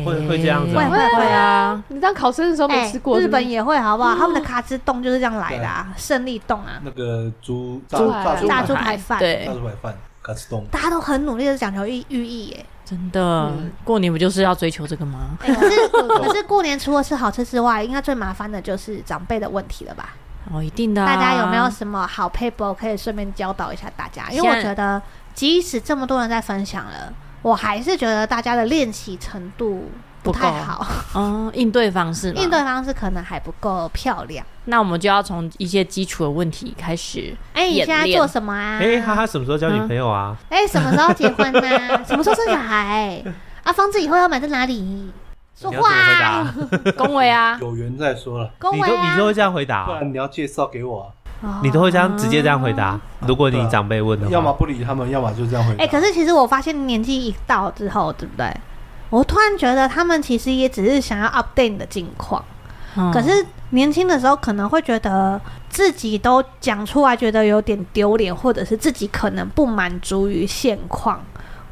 E: 会会这样子
A: 会
E: 啊
C: 会
A: 会
C: 会
A: 啊，
B: 你当考生的时候没
C: 哎
B: 吃过，
C: 日
B: 是不哦是
C: 本也会好不好？他们的卡兹冻就是这样来的，啊，胜利冻啊，
D: 那个猪炸
B: 猪
D: 炸
B: 排
C: 炸
D: 排
C: 猪排饭，
D: 炸
A: 啊对，
D: 猪排饭，嘎吱咚。
C: 大家都很努力的讲求寓寓意耶。
A: 真的，
C: 嗯
A: 过年不就是要追求这个吗？
C: 哎可是可是过年除了吃好吃之外，应该最麻烦的就是长辈的问题了吧？
A: 哦，一定的啊。
C: 大家有没有什么好 paper 可以顺便教导一下大家？因为我
A: 现在
C: 觉得，即使这么多人在分享了，我还是觉得大家的练习程度不太好，
A: 哦应对方式 嘛？
C: 应对方式可能还不够漂亮。
A: 那我们就要从一些基础的问题开始。
C: 哎、你
A: 演
C: 现在
A: 练
C: 做什么啊？
E: 哎，哈哈，什么时候交女朋友啊？
C: 哎、什么时候结婚呢、 什么时候生小孩？啊，房子以后要买在哪里？说
E: 你要
C: 话
E: 怎么回
C: 啊，
E: 答？
A: 恭维啊，
D: 有缘再说了，
C: 恭
E: 你
C: 维
E: 都你
C: 啊
E: 都！会这样回答
D: 不
E: 哦，
D: 然你要介绍给我啊。
C: 哦
E: 你都会这样直接这样回答。
C: 嗯
E: 如果你长辈问的话，
D: 要么不理他们，要么就这样回答。
C: 哎、可是其实我发现年纪一到之后，对不对？我突然觉得他们其实也只是想要 update 你的近况，
A: 嗯
C: 可是年轻的时候可能会觉得自己都讲出来，觉得有点丢脸，或者是自己可能不满足于现况，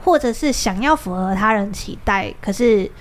C: 或者是想要符合他人期待，可是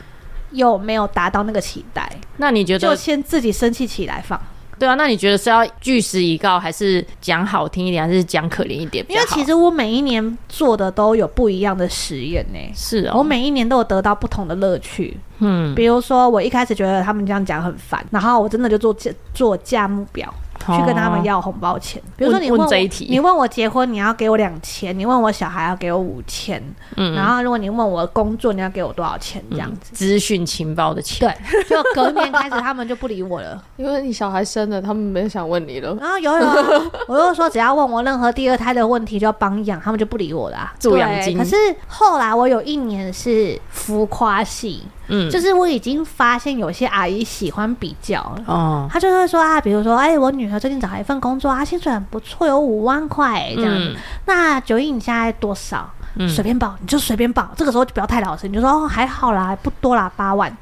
C: 又没有达到那个期待，
A: 那你觉
C: 就
A: 得
C: 先自己生气起来放。
A: 对啊？那你觉得是要据实以告，还是讲好听一点，还是讲可怜一点比
C: 因
A: 较
C: 为
A: 好？
C: 其实我每一年做的都有不一样的实验呢、
A: 是
C: 我
A: 哦，
C: 每一年都有得到不同的乐趣。
A: 嗯，
C: 比如说，我一开始觉得他们这样讲很烦，然后我真的就做价做价目表去跟他们
A: 哦。
C: 要红包钱。比如说，你
A: 问
C: 我
A: 问这一题
C: 你问我结婚你要给我两千，你问我小孩要给我五千，
A: 嗯
C: 然后如果你问我工作你要给我多少钱，这样子。
A: 资讯情报的钱，
C: 对，就隔年开始他们就不理我了。
B: 因为你小孩生了，他们没有想问你了。
C: 然后有有 有，我就说只要问我任何第二胎的问题就要帮养，他们就不理我了、啊。
A: 助养金
C: 对可是后来我有一年是浮夸系，
A: 嗯，
C: 就是我已经发现有些阿姨喜欢比较了。
A: 哦，
C: 他就会说啊，比如说，哎、我女儿最近找了一份工作，啊，薪水很不错，有五万块这样。
A: 嗯
C: 那九一你现在多少？
A: 嗯
C: 随、便报，你就随便报。这个时候就不要太老实，你就说哦还好啦，不多啦，八万。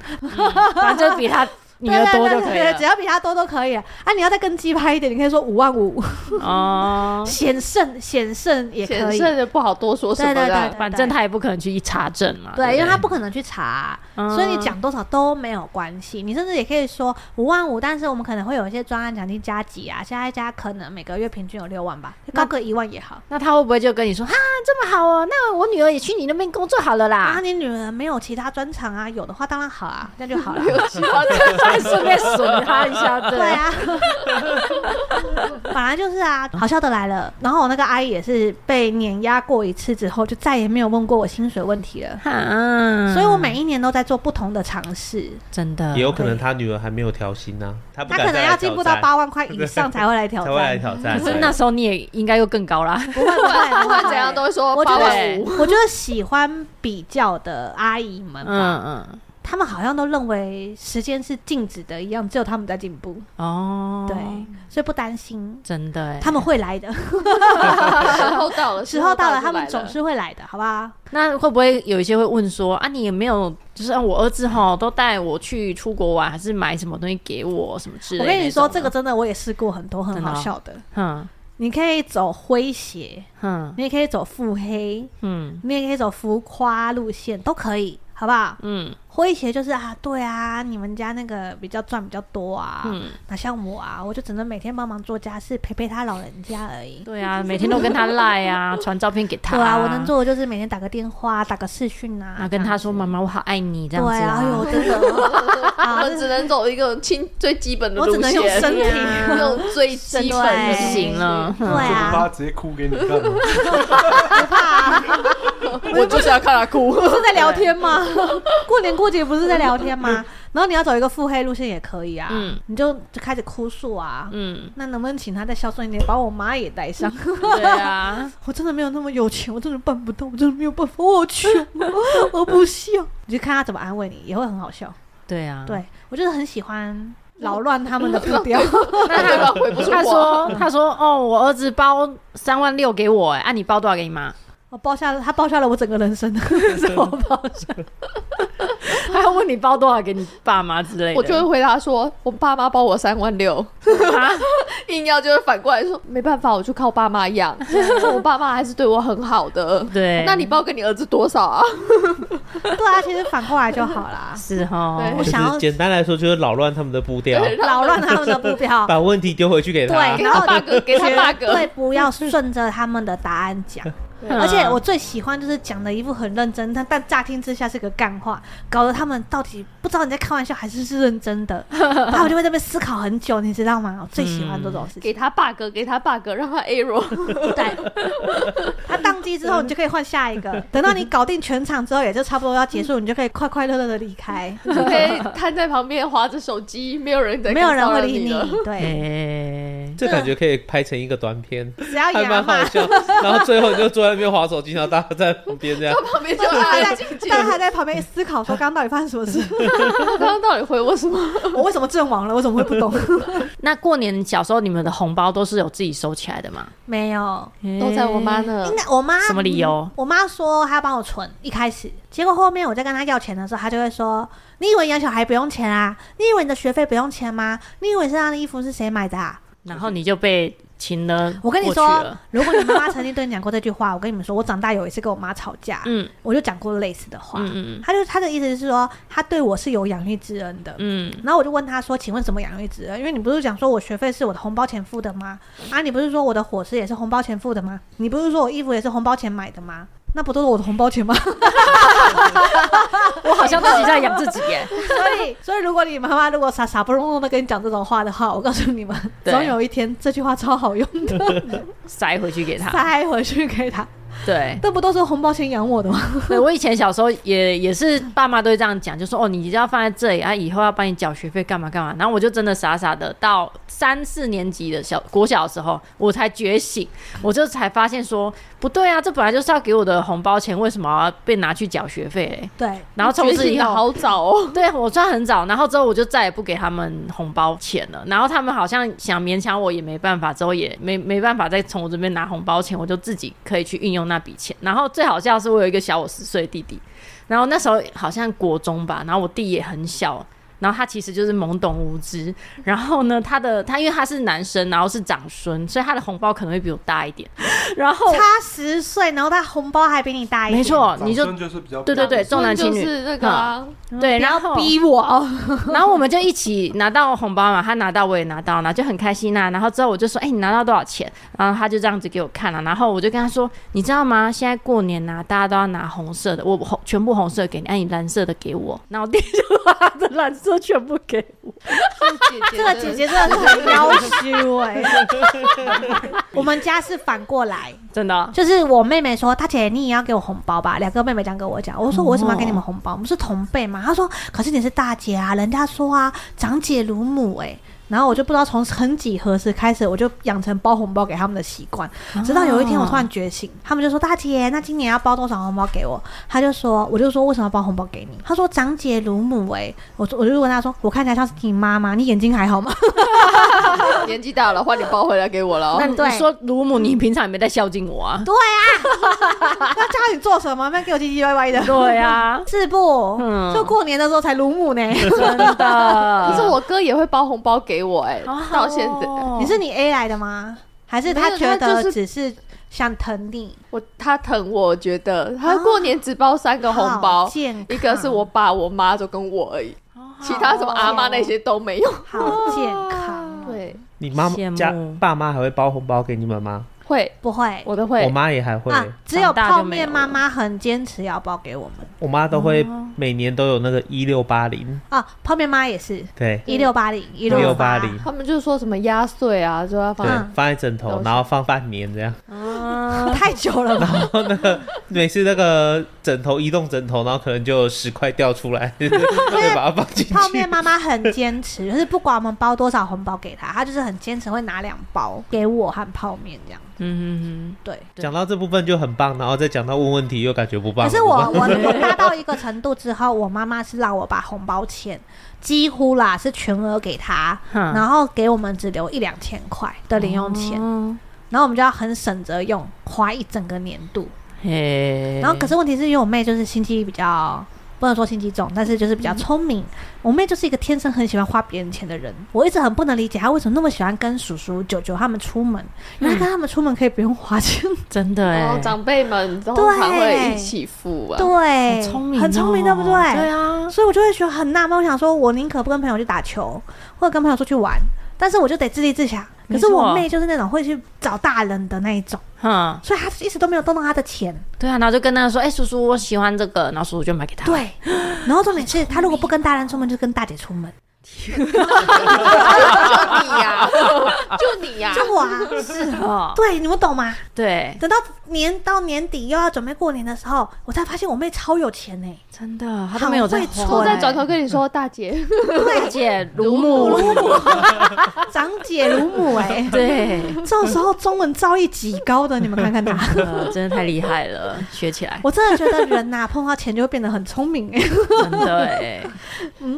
A: 反正就比他你的多就可
C: 对
A: 以
C: 对啊对只
A: 了。
C: 要比他多都可以了。啊，你要再更鸡排一点，你可以说五万五，
A: 哦，
C: 险胜险胜也可
B: 显
C: 以。
B: 示的不好多说什么
C: 对对
B: 的
C: 对。
A: 反正他也不可能去查证嘛。
C: 对，因为
A: 不
C: 他不可能去查，
A: 嗯
C: 所以你讲多少都没有关系。你甚至也可以说五万五，但是我们可能会有一些专案奖金加几啊，现在加可能每个月平均有六万吧，高个一万也好。
A: 那他会不会就跟你说哈这么好哦？那我女儿也去你那边工作好了
C: 啊，
A: 啦？
C: 你女儿没有其他专长啊？有的话当然好啊，那就 好了。
A: 还顺便 损他一下，
C: 对啊， 本来就是啊，好笑的来了。然后我那个阿姨也是被碾压过一次之后，就再也没有问过我薪水问题了。
A: 啊
C: 所以我每一年都在做不同的尝试，
A: 真的
E: 也有可能他女儿还没有调薪呢、他不
C: 她
E: 敢
C: 可能
E: 再来
C: 要进步到
E: 挑战
C: 八万块以上才会来挑
E: 才会来
C: 战。
E: 挑战。
A: 可是
E: 对
A: 那时候你也应该又更高啦。
C: 不会不会，
B: 不管怎样都会说
C: 我觉
B: 八万
C: 得
B: 五，
C: 我觉得喜欢比较的阿姨们吧，
A: 嗯
C: 他们好像都认为时间是静止的一样，只有他们在进步，
A: 嗯， 哦，
C: 对，，所以不担心，
A: 真的哎。
C: 他们会来的，
B: 时候到了，
C: 时候到了，
B: 就
C: 他们
B: 来
C: 总是会来的，好不好？
A: 那会不会有一些会问说啊，你有没有就是啊我儿子哈都带我去出国玩，还是买什么东西给我什么之类
C: 我
A: 的那种的？啊嗯
C: 跟你说，这个真的我也试过很多很好笑的。啊
A: 哼
C: 你可以走诙谐，
A: 哼
C: 你也可以走腹黑，
A: 嗯
C: 你也可以走浮夸路线，都可以，好不好？
A: 嗯
C: 诙谐就是啊，对啊，你们家那个比较赚比较多啊，
A: 嗯，
C: 哪像我啊，我就只能每天帮忙做家事，陪陪他老人家而已。
A: 对啊，每天都跟他赖 啊，传照片给他
C: 对啊，我能做的就是每天打个电话，打个视讯啊，
A: 然后跟他说妈妈我好爱你这
C: 这样
A: 样
C: 子。
A: 子
C: 对啊，哎呦，
A: 啊
C: 真的，
B: 我
C: 啊
B: 们只能走一个轻最基本的
C: 我
B: 路
C: 只能
B: 线，
C: 用身体，
B: 用最基本
A: 不
B: 的
A: 行了，
C: 哎对
D: 这不怕
C: 啊，
D: 直接哭给你看吗？
B: 我就是要看他哭。
C: 不是在聊天吗？ 过年过节不是在聊天吗？然后你要走一个腹黑路线也可以啊，
A: 嗯
C: 你就就开始哭诉啊。
A: 嗯，
C: 那能不能请他再孝顺一点，把我妈也带上？
A: 对啊，
C: 我真的没有那么有钱，我真的办不到，我真的没有办法，我好穷，我不想。你就看他怎么安慰你，也会很好笑。
A: 对啊，
C: 对我就是很喜欢扰乱他 们的步调。
B: 那对方回不出话
A: 他说：“他说哦，我儿子包三万六给我，哎，啊，你包多少给 你妈？
C: 我包下了，他包下了我整个人 生，是我包下。
A: 他要问你包多少给你爸妈之类的。”
B: 我就会回答说：“我爸妈包我三万六。”啊 硬要就会反过来说：“没办法，我就靠爸妈 养，我爸妈还是对我很好的。”
A: 对，
B: 那你包给你儿子多少啊？
C: 对啊，其实反过来就好啦
A: 是哦哈，
B: 对
E: 就
C: 我想要
E: 是简单来说，就是扰乱他们的步调，
C: 扰乱他们的步调。
E: 把问题丢回去给他
C: 对。然后
B: 他 bug，给他
C: 绝
B: bug
C: 对不要顺着他们的答案 讲。
A: 嗯
C: 而且我最喜欢就是讲的一副很认真，但但乍听之下是个干话，搞得他们到底不知道你在开玩笑还是是认真 的，然后我就会在那边思考很久，你知道吗？我最喜欢这种事
B: 给
C: 情。
B: 他 bug，给他 bug，让他 error。
C: 对，他宕机之后，你就可以换下一
B: 嗯
C: 个。等到你搞定全场之后，也就差不多要结束，你就可以快快乐乐的离 开，
B: 你可以瘫在旁边划着手机，没有人在，
C: 没有人会理
B: 你
C: 你
B: 了。。
C: 对，
A: 哎，
E: 这感觉可以拍成一个短片，
C: 只要
E: 还
C: 牙
E: 蛮
C: 嘛
E: 好，笑。 然后最后你就坐在那边划手机，然后大家在旁边这 样
B: 到。旁边就
C: 大
B: 安
C: 家 在
B: 安静静。
C: 大家还在旁边思考 说，刚刚到底发生什么事？
B: 他刚刚到底回我什么？
C: 我为什么阵亡了？我怎么会不懂？
A: 那过年小时候你们的红包都是有自己收起来的吗？
C: 没有，
A: 哎
B: 都在我妈那
C: 应。该我妈
A: 呃
C: 嗯
A: 什么理由？
C: 我妈说她要帮我存，一开始，结果后面我在跟她要钱的时候，她就会说：“你以为养小孩不用钱啊？你以为你的学费不用钱吗？你以为身上的衣服是谁买的、啊
A: 然后你就被擒了？”。
C: 我跟你说，，如果你妈妈曾经对你讲过这句话，我跟你们说，我长大有一次跟我妈吵架，
A: 嗯
C: 我就讲过类似的话。
A: 嗯
C: 她就她的意思是说，她对我是有养育之恩的。
A: 嗯嗯，
C: 然后我就问她说：“请问什么养育之恩？因为你不是讲说我学费是我的红包钱付的吗？啊，你不是说我的伙食也是红包钱付的吗？你不是说我衣服也是红包钱买的吗？那不都是我的红包钱吗？”
A: 我好像自己在养自己耶。
C: 所以，所以如果你妈妈如果傻傻不隆咚的跟你讲这种话的话，我告诉你们，
A: 对
C: 总有一天这句话超好用的，
A: 塞回去给他。
C: 塞回去给他。
A: 对，
C: 这不都是红包钱养我的吗？
A: 对我以前小时候也也是爸妈都会这样讲，就说哦，你一定要放在这里啊，以后要帮你缴学费干嘛干嘛。然后我就真的傻傻的到三四年级的小国小的时候，我才觉醒，我就才发现说不对啊，这本来就是要给我的红包钱，为什么要被拿去缴学费嘞？
C: 对，
A: 然后从此以
B: 觉醒得
A: 后，
B: 好早哦，
A: 对我算很早，然后之后我就再也不给他们红包钱了。然后他们好像想勉强我也没办法，之后也没没办法再从我这边拿红包钱，我就自己可以去运用那笔钱。然后最好笑的是我有一个小我十岁的弟弟，然后那时候好像国中吧，然后我弟也很小。然后他其实就是懵懂无知。然后呢，他的他因为他是男生，然后是长孙，所以他的红包可能会比我大一点。然后
C: 差十岁，然后他红包还比你大一点，
A: 没错，
B: 哦
A: 你就
D: 长孙嗯就是比较
A: 对对对，重男轻
B: 就
A: 女。嗯
B: 是那个啊
A: 对，然
C: 不要
A: 后
C: 逼我，哦
A: 然后我们就一起拿到红包嘛，他拿到我也拿到，然后就很开心呐、然后之后我就说，哎、你拿到多少钱？然后他就这样子给我看了、然后我就跟他说，你知道吗？现在过年呐、大家都要拿红色的，我红全部红色给你，哎、你蓝色的给我。然后我弟就把他的蓝色全部给 我，
B: 这
C: 这个姐姐真的是很要羞哎。我们家是反过来，
A: 真的、啊
C: 就是我妹妹说，她姐你也要给我红包吧？两个妹妹这样跟我讲，我说我为什么要给你们红包？我们是同辈嘛。她说，可是你是大姐啊，人家说啊，长姐如母哎、然后我就不知道从很几何时开始，我就养成包红包给他们的习惯。
A: 啊
C: 直到有一天我突然觉醒，他们就说：“大姐，那今年要包多少红包给我？”她就说：“我就说为什么要包红包给你？”她说：“长姐如母哎、我我就问她说：“我看起来像是你妈妈，你眼睛还好吗？”
B: 年纪大了，换你包回来给我了
A: 那
B: 哦。
A: 你
C: 对
A: 你说卢母，你平常也没在孝敬我啊？
C: 那叫你做什么？那给我唧唧歪歪的。
A: 对啊，
C: 是不？
A: 嗯
C: 就过年的时候才鲁母呢。
A: 真的。
B: 可是我哥也会包红包给我，哎
A: 好，好
B: 到现 在
A: 哦
C: 你是你 A 来的吗？还是
B: 没
C: 他
B: 有
C: 觉
B: 他就
C: 得
B: 是
C: 只是想疼你？
B: 我他疼我，我觉得他过年只包三个红
C: 好
B: 包，
C: 健康
B: 一个是我爸、我妈就跟我而已，其他什么阿妈那些都没有。
C: 好健康，，
B: 对，
E: 你妈
A: 羡慕
E: 家爸妈还会包红包给你们吗？
B: 会，
C: 不会
B: 我都会
A: 哦
E: 我。妈也还会，
C: 啊，只有
A: 长大就
C: 泡
A: 没有
C: 面妈妈很坚持要包给我们
E: 我妈都会
C: 哦
E: 每年都有那个一六八零，
C: 啊，泡面妈也是
E: 对
C: 一六八零一
E: 一六
C: 八
E: 八零，，
B: 他们就说什么压岁啊，就要放
E: 对，
B: 在。
C: 嗯
E: 放在枕头
B: 都，是
E: 然后放半年这样。
A: 啊，
B: 嗯
C: 太久了吧？
E: 然后那个每次那个枕头移动枕头，然后可能就有十块掉出来， 对，把它放进
C: 泡面
E: 去。
C: 妈妈很坚持，就是不管我们包多少红包给她，她就是很坚持会拿两包给我和泡面这样。
A: 嗯嗯
C: 对，
E: 讲到这部分就很棒，然后再讲到问问题又感觉不棒。
C: 可是我我我大到一个程度之后，我妈妈是让我把红包钱几乎啦是全额给她，
A: 哼
C: 然后给我们只留一两千块的零用钱，
A: 嗯，
C: 然后我们就要很省着用，花一整个年度。
A: 嘿，
C: 然后可是问题是因为我妹就是心机比较。不能说心机重，但是就是比较聪明。我妹就是一个天生很喜欢花别人钱的人，我一直很不能理解她为什么那么喜欢跟叔叔、舅舅他们出门，因为她跟他们出门可以不用花钱。
A: 真的
B: 然后
A: 哎，
B: 哦长辈们通常会一起付啊。
C: 对，
A: 很聪明哦，
C: 很聪明，对不对？
A: 对啊，
C: 所以我就会觉得很纳闷，我想说，我宁可不跟朋友去打球，或者跟朋友出去玩，但是我就得自立自强。可是
A: 没错
C: 我妹就是那种会去找大人的那一种，
A: 哼，
C: 所以她一直都没有动到她的钱。
A: 对啊，然后就跟他说，哎，叔叔，我喜欢这个，然后叔叔就买给他，，
C: 对，然后重点是
A: 啊
C: 她如果不跟大人出门，就跟大姐出门，
B: 就你呀， 就你呀，
C: 就我啊。
A: 是哦，
C: 对，你们懂吗？
A: 对，
C: 等到年到年底又要准备过年的时候，我才发现我妹超有钱呢、
A: 真的，他都没有在
C: 很会
A: 花
B: 我
C: 错
B: 哎再转头跟你说，大姐，
A: 对姐如母，
C: 长姐如母哎、
A: 对，
C: 这种时候中文造诣极高的，你们看看她。
A: 呃真的太厉害了，学起 来，
C: 我真的觉得人呐、碰到钱就会变得很聪明哎、
A: 真的哎，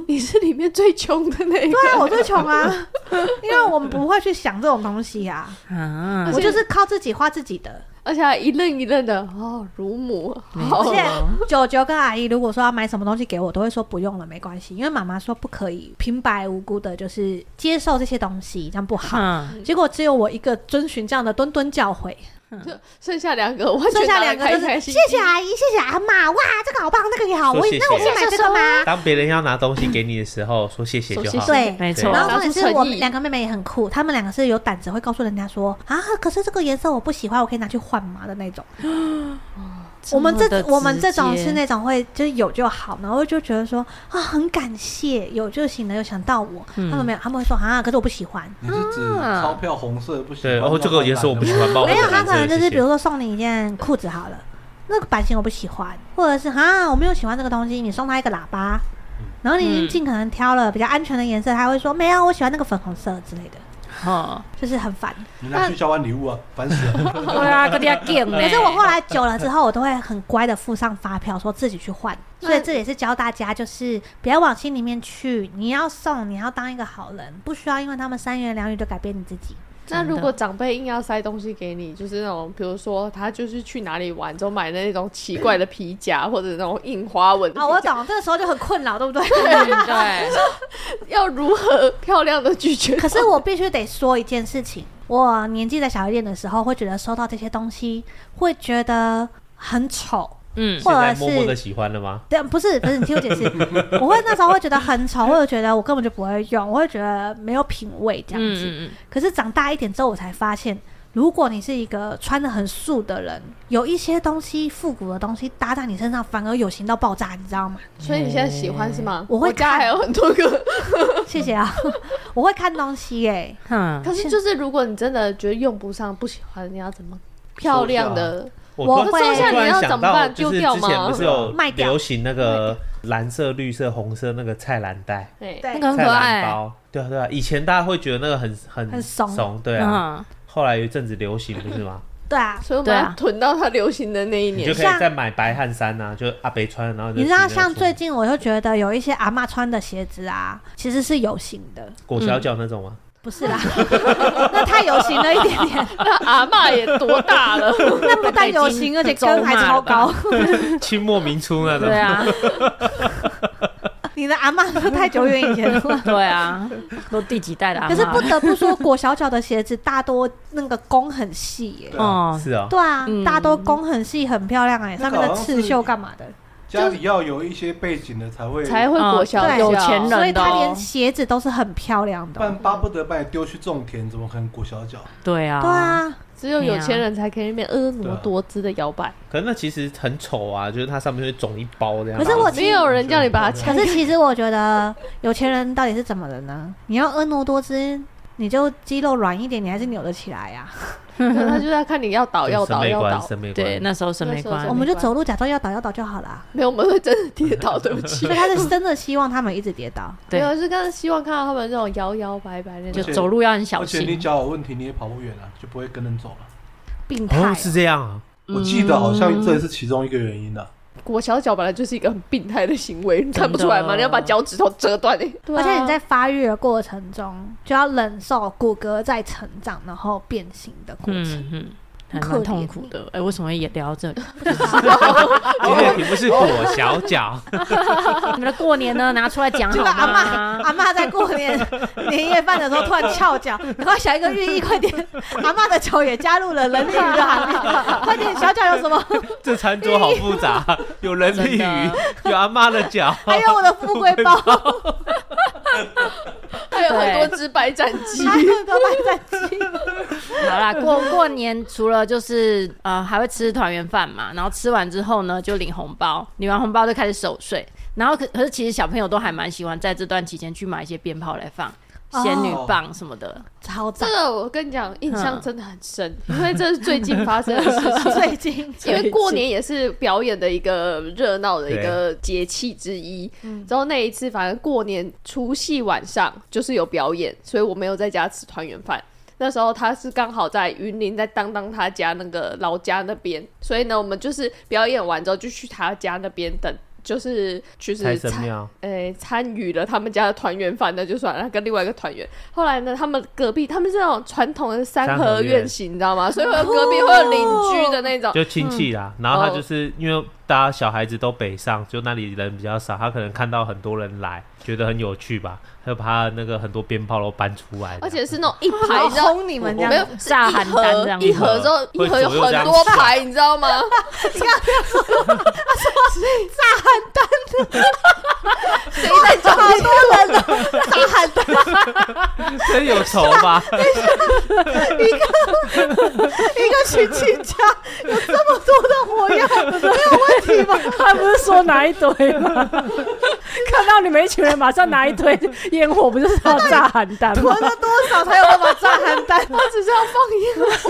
B: 你是里面最穷的那个。
C: 对啊，我最穷啊， 因为我们不会去想这种东西啊，
A: 啊，
C: 我就是靠自己花自己的。
B: 而且还一愣一愣的，哦，乳母，好
C: 而且九九跟阿姨如果说要买什么东西给我，都会说不用了，没关系，因为妈妈说不可以平白无故的，就是接受这些东西，这样不好。
A: 哼，
C: 结果只有我一个遵循这样的敦敦教诲，
B: 剩下两个，我
C: 剩下两个就是
B: 开开
C: 谢
B: 心
C: 谢啊阿姨，谢谢阿妈，哇，这个好棒，那个也好，
E: 说
C: 我
E: 谢
C: 也
E: 谢
C: 那我可以买这个吗？
E: 当别人要拿东西给你的时候，说谢谢就
B: 说谢
E: 好。
B: 谢
C: 对，
A: 没错
C: 然，后重点是我
B: 拿出诚意
C: 们两个妹妹也很酷，她们两个是有胆子会告诉人家说啊，可是这个颜色我不喜欢，我可以拿去换嘛的那种。我们
A: 么
C: 这
A: 的
C: 我们这种
A: 直接
C: 是那种会就是有就好，然后就觉得说啊很感谢有就行了，有想到我，
A: 嗯
C: 他们没有，他们会说啊可是我不喜欢，
D: 你是指
B: 啊
D: 钞票红色不喜
E: 对，
D: 欢？
E: 然后这个颜色我不喜欢，包
C: 没有，他可能就是比如
E: 说，
C: 说送你一件裤子好了，那个版型我不喜欢，或者是啊我没有喜欢这个东西，你送他一个喇叭，然后你已经
A: 嗯
C: 尽可能挑了比较安全的颜色，他会说没有我喜欢那个粉红色之类的，
A: 哼，
C: 就是很烦。
D: 你拿去交换礼 物啊，烦死了。
A: 对啊，个底要见呢，
C: 可是我后来久了之后，我都会很乖的附上发票，说自己去 换。所以这也是教大家，就是不要往心 里面去。你要送，你要当一个好人，不需要因为他们三言两语就改变你自己。
B: 那
A: 真的
B: 如果长辈硬要塞东西给你，就是那种，比如说他就是去哪里玩之后买的那种奇怪的皮夹，或者那种印花纹的
C: 啊，
B: 皮
C: 我
B: 夹
C: 懂，这个时候就很困扰，对不对？
A: 嗯对，
B: 要如何漂亮的拒绝？
C: 可是我必须得说一件事情，我年纪再小一点的时候，会觉得收到这些东西会觉得很丑。
A: 嗯
C: 或
E: 现
C: 者
E: 在默默
C: 是
E: 的喜欢了吗？
C: 对，不是不是，你听我 解释，我会那时候会觉得很丑，或者觉得我根本就不会用，我会觉得没有品味这样子。
A: 嗯嗯
C: 可是长大一点之后，我才发现，如果你是一个穿的很素的人，有一些东西复古的东西搭在你身上，反而有型到爆炸，你知道吗？
B: 所以你现在喜欢是吗？
C: 我会
B: 家
C: 看
B: 还有很多个，
C: 谢谢啊， 我会看东西耶、
A: 嗯，
B: 可是就是如果你真的觉得用不上、不喜欢，你要怎么漂亮的？
C: 我
E: 突
C: 会
E: 然
C: 收下
E: 突
B: 你
E: 然
B: 要
E: 想
B: 怎么
E: 到，
B: 办
E: 就
B: 丢
E: 是
B: 掉
E: 之
B: 吗
E: 前不是有
C: 卖掉
E: 流行那个蓝色、绿色、红色那个菜篮袋、
B: 对，
C: 对
A: 那个很
E: 菜
A: 可
E: 篮
A: 爱，
E: 包，对啊对啊，以前大家会觉得那个很很
C: 很怂
E: 怂，对啊。
A: 嗯，
E: 后来有一阵子流行不是 吗？
C: 对啊，
B: 所以我
A: 对
B: 们
A: 啊
B: 要囤到它流行的那一
E: 你
B: 年
E: 就。可以
C: 像
E: 再买白汗衫啊，就阿北穿，然后就
C: 你知道，
E: 骑那个
C: 像
E: 出
C: 最近我就觉得有一些阿嬷穿的鞋子啊，其实是有型的，
E: 裹小脚那种吗？
C: 不是啦， 那太有型了一点 点，
B: 那阿嬷也多 大了？
C: 那不但有型，而且跟还超高。嗯
E: 清末民初那种，
A: 对啊，
C: 你的阿嬷都太久远以前 了。
A: 对啊，都第几代了？
C: 可是不得不说，裹小脚的鞋子大多那个弓很细耶、
D: 对啊
A: 哦，
E: 是哦，
C: 对啊，
A: 嗯
C: 大多弓很细，很漂亮哎、
D: 那
C: 上
D: 个
C: 面
D: 好像
C: 的刺绣干嘛的？
D: 家里要有一些背景的才会，
B: 才会裹小
C: 嗯对啊
B: 脚
A: 有钱人的哦啊
C: 所以它连鞋子都是很漂亮
D: 不
C: 的
D: 然
C: 哦。
D: 巴不得把你丢去种田，怎么可能裹小脚？
A: 对啊，
C: 对，啊，
B: 只有有钱人才可以那边婀娜多姿的摇摆。
E: 可是那其实很丑啊，就是它上面会肿一包这样。
C: 可是我
B: 没有人叫你把它
C: 可
B: 拆。
C: 是其实我觉得有钱人到底是怎么了呢？你要婀娜多姿，你就肌肉软一点，你还是扭得起来啊呀、
B: 可是他就是要看你要倒要
E: 审
B: 倒
E: 美
B: 哦要
E: 观，
B: 倒，
E: 审美观
A: 对，那时候审美
B: 那时
A: 观
C: 我
B: 候
D: 嗯
B: 审美
C: 们就走路假装要倒要倒就好了。
B: 没有我们会真的跌倒，对不起
C: 所以。他是真的希望他们一直跌倒。
B: 没
A: 对
B: 有是刚刚希望看到他们这种摇摇摆摆那
A: 就
B: 种
D: 而，且
A: 走路要很小
D: 而且你
A: 心。
D: 脚有问题，你也跑不远啊，就不会跟人走了。
C: 病态、
E: 哦是这样啊，
B: 嗯
D: 我记得好像这也是其中一个原因啊的。
B: 裹小脚本来就是一个很病态的行为，你看不出来
A: 真
B: 吗？
A: 的
B: 你要把脚趾头折 断欸
C: 而且你在发育的过程中，就要忍受骨骼在成长然后变形的过程。
A: 嗯嗯，还
C: 可
A: 蛮
C: 怜
A: 痛苦的。哎，为什么也聊到这里？
E: 今天的题目哦是啊裹小 脚，
A: 你们的过年呢，拿出来讲
C: 这
A: 啊好
C: 个阿 妈
A: 吗？
C: 阿妈在过年年夜饭的时候突然翘脚，赶快想一个寓意，快点！阿妈的脚也加入了人力鱼的行列，快点！小脚有什么？
E: 这餐桌好复 杂，有人力
A: 真的
E: 鱼，有阿妈的脚，
C: 还有我的富贵包，
B: 还有很多只白斩鸡。
C: 还有多半在鸡。
A: 好啦，过过年除了就是呃还会吃团圆饭嘛，然后吃完之后呢就领红包，领完红包就开始守岁。然后可可是其实小朋友都还蛮喜欢在这段期间去买一些鞭炮来放，仙女
D: 哦
A: 棒什么的。
C: 超赞
B: 这！个我跟你讲，印 象真的很深，因为这是最近发生的
C: 最
B: 事 情。
C: 近
B: 因为过年也是表演的一个热闹的一个节气之一。之后那一次，反正过年除夕晚上就是有表演，所以我没有在家吃团圆饭。那时候他是刚好在云林，在当当他家那个老家那边，所以呢，我们就是表演完之后就去他家那边等，就是就是
E: 财神
B: 参
E: 庙，
B: 诶、参与了他们家的团圆饭，那就算了，跟另外一个团圆。后来呢，他们隔壁他们是那种传统的三
E: 三合
B: 合院
E: 院
B: 型，你知道吗？所以会有隔壁会有邻居的那种。
E: 就亲戚啦。
B: 嗯
E: 然后他
B: 哦
E: 就是因为大家小孩子都北上，就那里人比较少，他可能看到很多人来，觉得很有趣吧，他就把他那个很多鞭炮都搬出来，
B: 而且是那种一排，
C: 好
B: 你知道
C: 轰你们这
B: 没
C: 样
B: 有
C: 子，
B: 是
A: 炸
B: 一
A: 邯郸这
B: 盒
A: 样
B: 一盒之后一
E: 会
B: 盒有
E: 左右这
B: 很
E: 样
B: 多
E: 子
B: 排，你知道吗？
C: 谁在讲？好多人了，大喊的
E: 真有仇 吧？
C: 一个群戚家有这么多的火药，没有问题吗？
F: 他不是说拿一堆吗？看到你们一群人，马上拿一堆 烟火，不就是要炸邯郸吗
E: 哦
C: 囤？了多少才有办法炸邯 郸？
B: 我只是要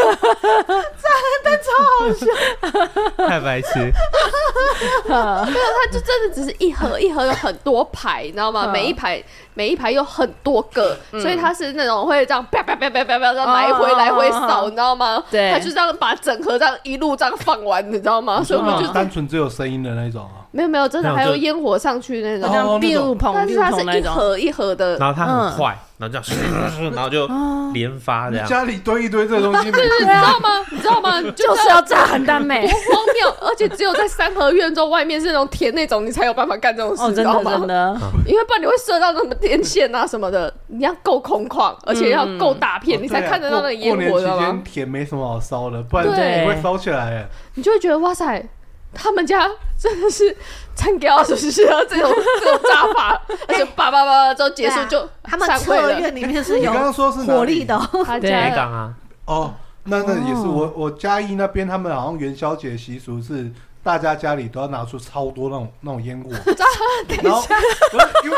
B: 放烟火，
E: 太白痴，
B: 没有，它就真的只是一盒一盒有很多排，你知道
A: 嗯
B: 吗？每一排每一排有很多个，所以它是那种会这样啪啪啪啪啪啪这样来回
A: 哦
B: 来回
A: 哦哦
B: 扫，你知道吗？
A: 对
B: 它就这样把整盒这样一路这样放完，你知道吗？所以我
D: 那
B: 们
D: 种
B: 就
D: 单纯只有声音的那种啊，
B: 没有没有，真的
E: 那种
B: 还
E: 就
B: 有烟火上去那
A: 好
B: 种，
D: 哦
A: 像
D: 那
A: biu
D: 种
A: 捧
B: 但是
A: biu
B: 它
A: 捧
B: 是
A: 那
B: 一
A: 种，
B: 盒一盒的，
E: 然后它
A: 嗯
E: 很快，然后这样， 然后就
B: 哦
E: 连发这
D: 你
E: 样。
D: 家里堆一堆这东西，
B: 你
D: 每
B: 知 道吗？你知道吗？就
F: 就是要炸邯郸 妹。
B: 荒谬，而且只有在三合院之后，外面是那种田那种，你才有办法干这种事，
A: 哦，
B: 知
A: 真
B: 道
A: 的
B: 吗啊
A: 真？的，
B: 因为不然你会射到什么电线啊什么的，你要够空旷，而且要够大
D: 嗯
B: 片，你才看得到那个烟
D: 哦啊过
B: 火，
D: 过
B: 知
D: 年
B: 道吗
D: 期间？田没什么好烧的，不然
B: 对
D: 你会烧起来欸耶。
B: 你就会觉得哇塞，他们家真的是参加是不是啊？这种这种炸法，而
A: 哎
B: 且叭叭叭之后结
A: 啊
B: 束就
C: 他们
B: 散
C: 车
B: 会了。
C: 院里面是
D: 你
C: 有
D: 刚刚说是哪里
C: 火力的、哦，
B: 他
F: 对
B: 家
E: 北
B: 的
E: 港啊，
D: 哦，那那也是我我嘉义那边，他们好像元宵节习俗是大家家里都要拿出超多那种那种 烟火，
B: 啊
D: 然后因为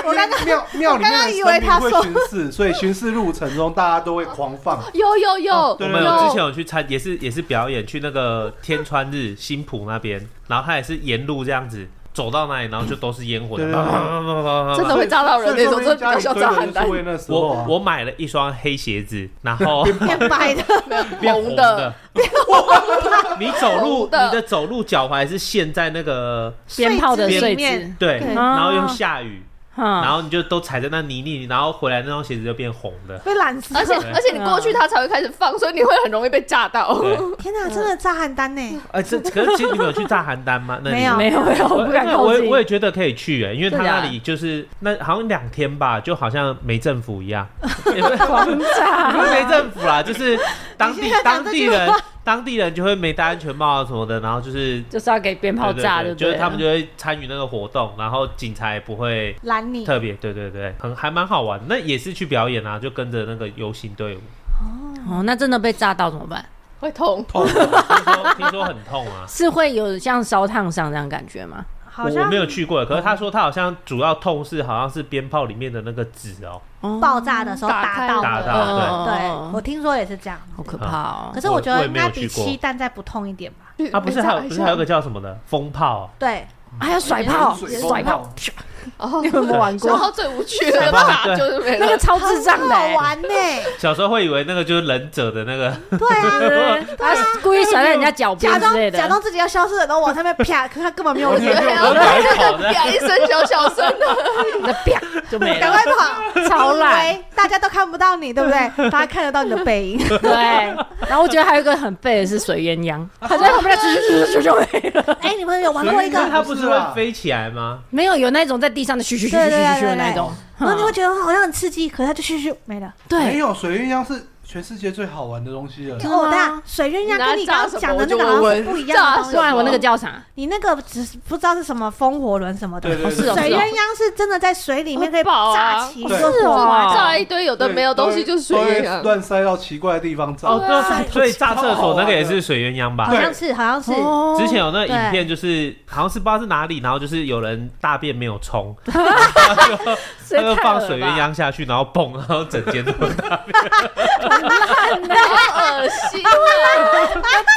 D: 因为庙庙里
C: 我
D: 面的
C: 刚刚以为
D: 神
C: 他
D: 明会
C: 说
D: 巡视，所以巡视路程中大家都会狂 放。
B: 有有有
D: 哦
E: 我们有之前
B: 有，
E: 有去参，也是也是表演，去那个天川日 新浦那边，然后他也是沿路这样子走到那里，然后就都是烟火的
D: 对。
E: 叭叭叭叭叭叭叭
B: 真的会炸到人
D: 所以
B: 那种，
D: 所
B: 真的
D: 以
B: 比较
D: 家里
B: 像
D: 堆
B: 炸
D: 的
B: 邯郸
D: 就是为那时候
E: 我
D: 啊，
E: 我买了一双黑鞋子，然后
C: 变白的，
E: 变
B: 红
E: 红
B: 的
E: 的，你走路，
B: 红的
E: 你的走路脚踝是陷在那个
F: 鞭炮的
C: 碎
F: 碎
C: 纸里面
F: 纸，
E: 对，
C: 对
E: 然后又下雨，然
A: 啊
F: 嗯，
E: 后你就都踩在那泥泞，然后回来那双鞋子就变红的。
C: 被染色。
B: 而且而且你过
A: 嗯
B: 去它才会开始放，所以你会很容易被炸到。
E: 对，
C: 天哪，真的炸邯郸呢！
E: 哎，这可是其实你们有去炸邯郸吗？那里
C: 没有
F: 没有没有，
A: 哦
F: 我
E: 我
F: 不敢
E: 那
F: 靠
E: 我也
F: 近
E: 我。也觉得可以去哎、因为他
A: 真的啊
E: 那里就是那好像两天吧，就好像没政府一样，也不是不 是没政府啦，就是当
C: 你
E: 地
C: 现在讲
E: 当
C: 这
E: 地
C: 句话
E: 人 当地人就会没戴安全帽啊什么的，然后就是
F: 就是要给鞭炮炸，
E: 对
F: 对不
E: 对对就
F: 对
E: 是
F: 了？
E: 他们就会参与那个活动，然后警察也不会
C: 拦你，
E: 特别，对对对，很还蛮好玩。那也是去表演啊，就跟着那个游行队伍，
A: 哦，那真的被炸到怎么办？
B: 会痛，
E: 痛，听说听说很痛啊。
A: 是会有像烧烫伤这样感觉吗？
C: 好
E: 我我
C: 像
E: 没有去过，可是他说他好像主要痛是好像是鞭炮里面的那个纸哦，
A: 哦，
C: 爆炸的时候
B: 打
C: 打
B: 开
C: 到
E: 打
C: 的
E: 到
A: 哦
C: 对，我听说也是这样。
A: 好可怕哦
C: 嗯可！是我觉
E: 我
C: 得
E: 也
C: 应
E: 没有
C: 该比
E: 去过
C: 七蛋再不痛一点吧？
E: 啊，不是还有
B: 被
E: 不
B: 炸一
E: 是
B: 下
E: 还有个叫什么的风炮，
C: 对，
E: 啊
F: 还有甩炮，
D: 水
F: 甩炮，
D: 泡
B: 哦
F: 你们有没有玩
B: 然
F: 过？
B: 后最无趣的炸就是没
F: 那
B: 了
F: 个。超智障
C: 很
F: 的
C: 好
F: 欸，
C: 玩呢。
E: 小时候会以为那个就是忍者的那 个，
C: 对啊，
F: 呃他故意甩在人家脚
C: 假
F: 边之类
C: 装
F: 的。
C: 假装自己要消失了，然后往上面啪，可他根本没有
B: 对
C: 脸，
B: 啊
E: 我赶快跑的
B: 啪一声小小 声的，
F: 你的啪就没
C: 赶
F: 了。
C: 快 跑，
F: 超懒
C: 以为大家都看不到你，对不 对？大家看得到你的背影，
F: 对，然后我觉得还有一个很废的是水鸳鸯，他在旁边咻咻咻咻就没了。
C: 哎，你们有玩过一
D: 所以
C: 个
D: 那？
E: 它不是会飞起来吗？
F: 没有有那种在地上的咻咻咻
C: 对
F: 咻
C: 对
F: 咻
C: 对
F: 咻的
C: 对
F: 那
C: 对
F: 种，，
C: 然后你会觉得好像很刺激，可是它就咻咻没了。
D: 没
F: 对，
D: 有水鸳�鸯是全世界最好玩的东西了。
A: 的吗
C: 哦，对啊，水鸳鸯跟你刚刚讲的那个好像是不一
B: 炸
C: 样的东
B: 什么
C: 西
F: 不。然我那个叫啥？
C: 你那个只是不知道是什么风火轮什么的
D: 对，对
F: 哦
D: 对，
F: 是哦
C: 水鸳鸯是真的在水里面可以
B: 啊
C: 炸起一
D: 啊对
C: 个火
F: 哦
B: 炸一堆有的
D: 对
B: 没有东西，就是水啊
D: 都会
B: 鸳鸯。
D: 乱塞到奇怪的地方炸。
E: 哦，
B: 对啊
E: 对，所以炸厕所那个也是水鸳鸯吧
C: 好？像是好像是，
F: 哦
E: 之前有那个影
C: 对
E: 片，就是好像是不知道是哪里，然后就是有人大便没有 冲，他就放水鸳鸯下去，然后蹦，然后整间都
B: 好恶心啊！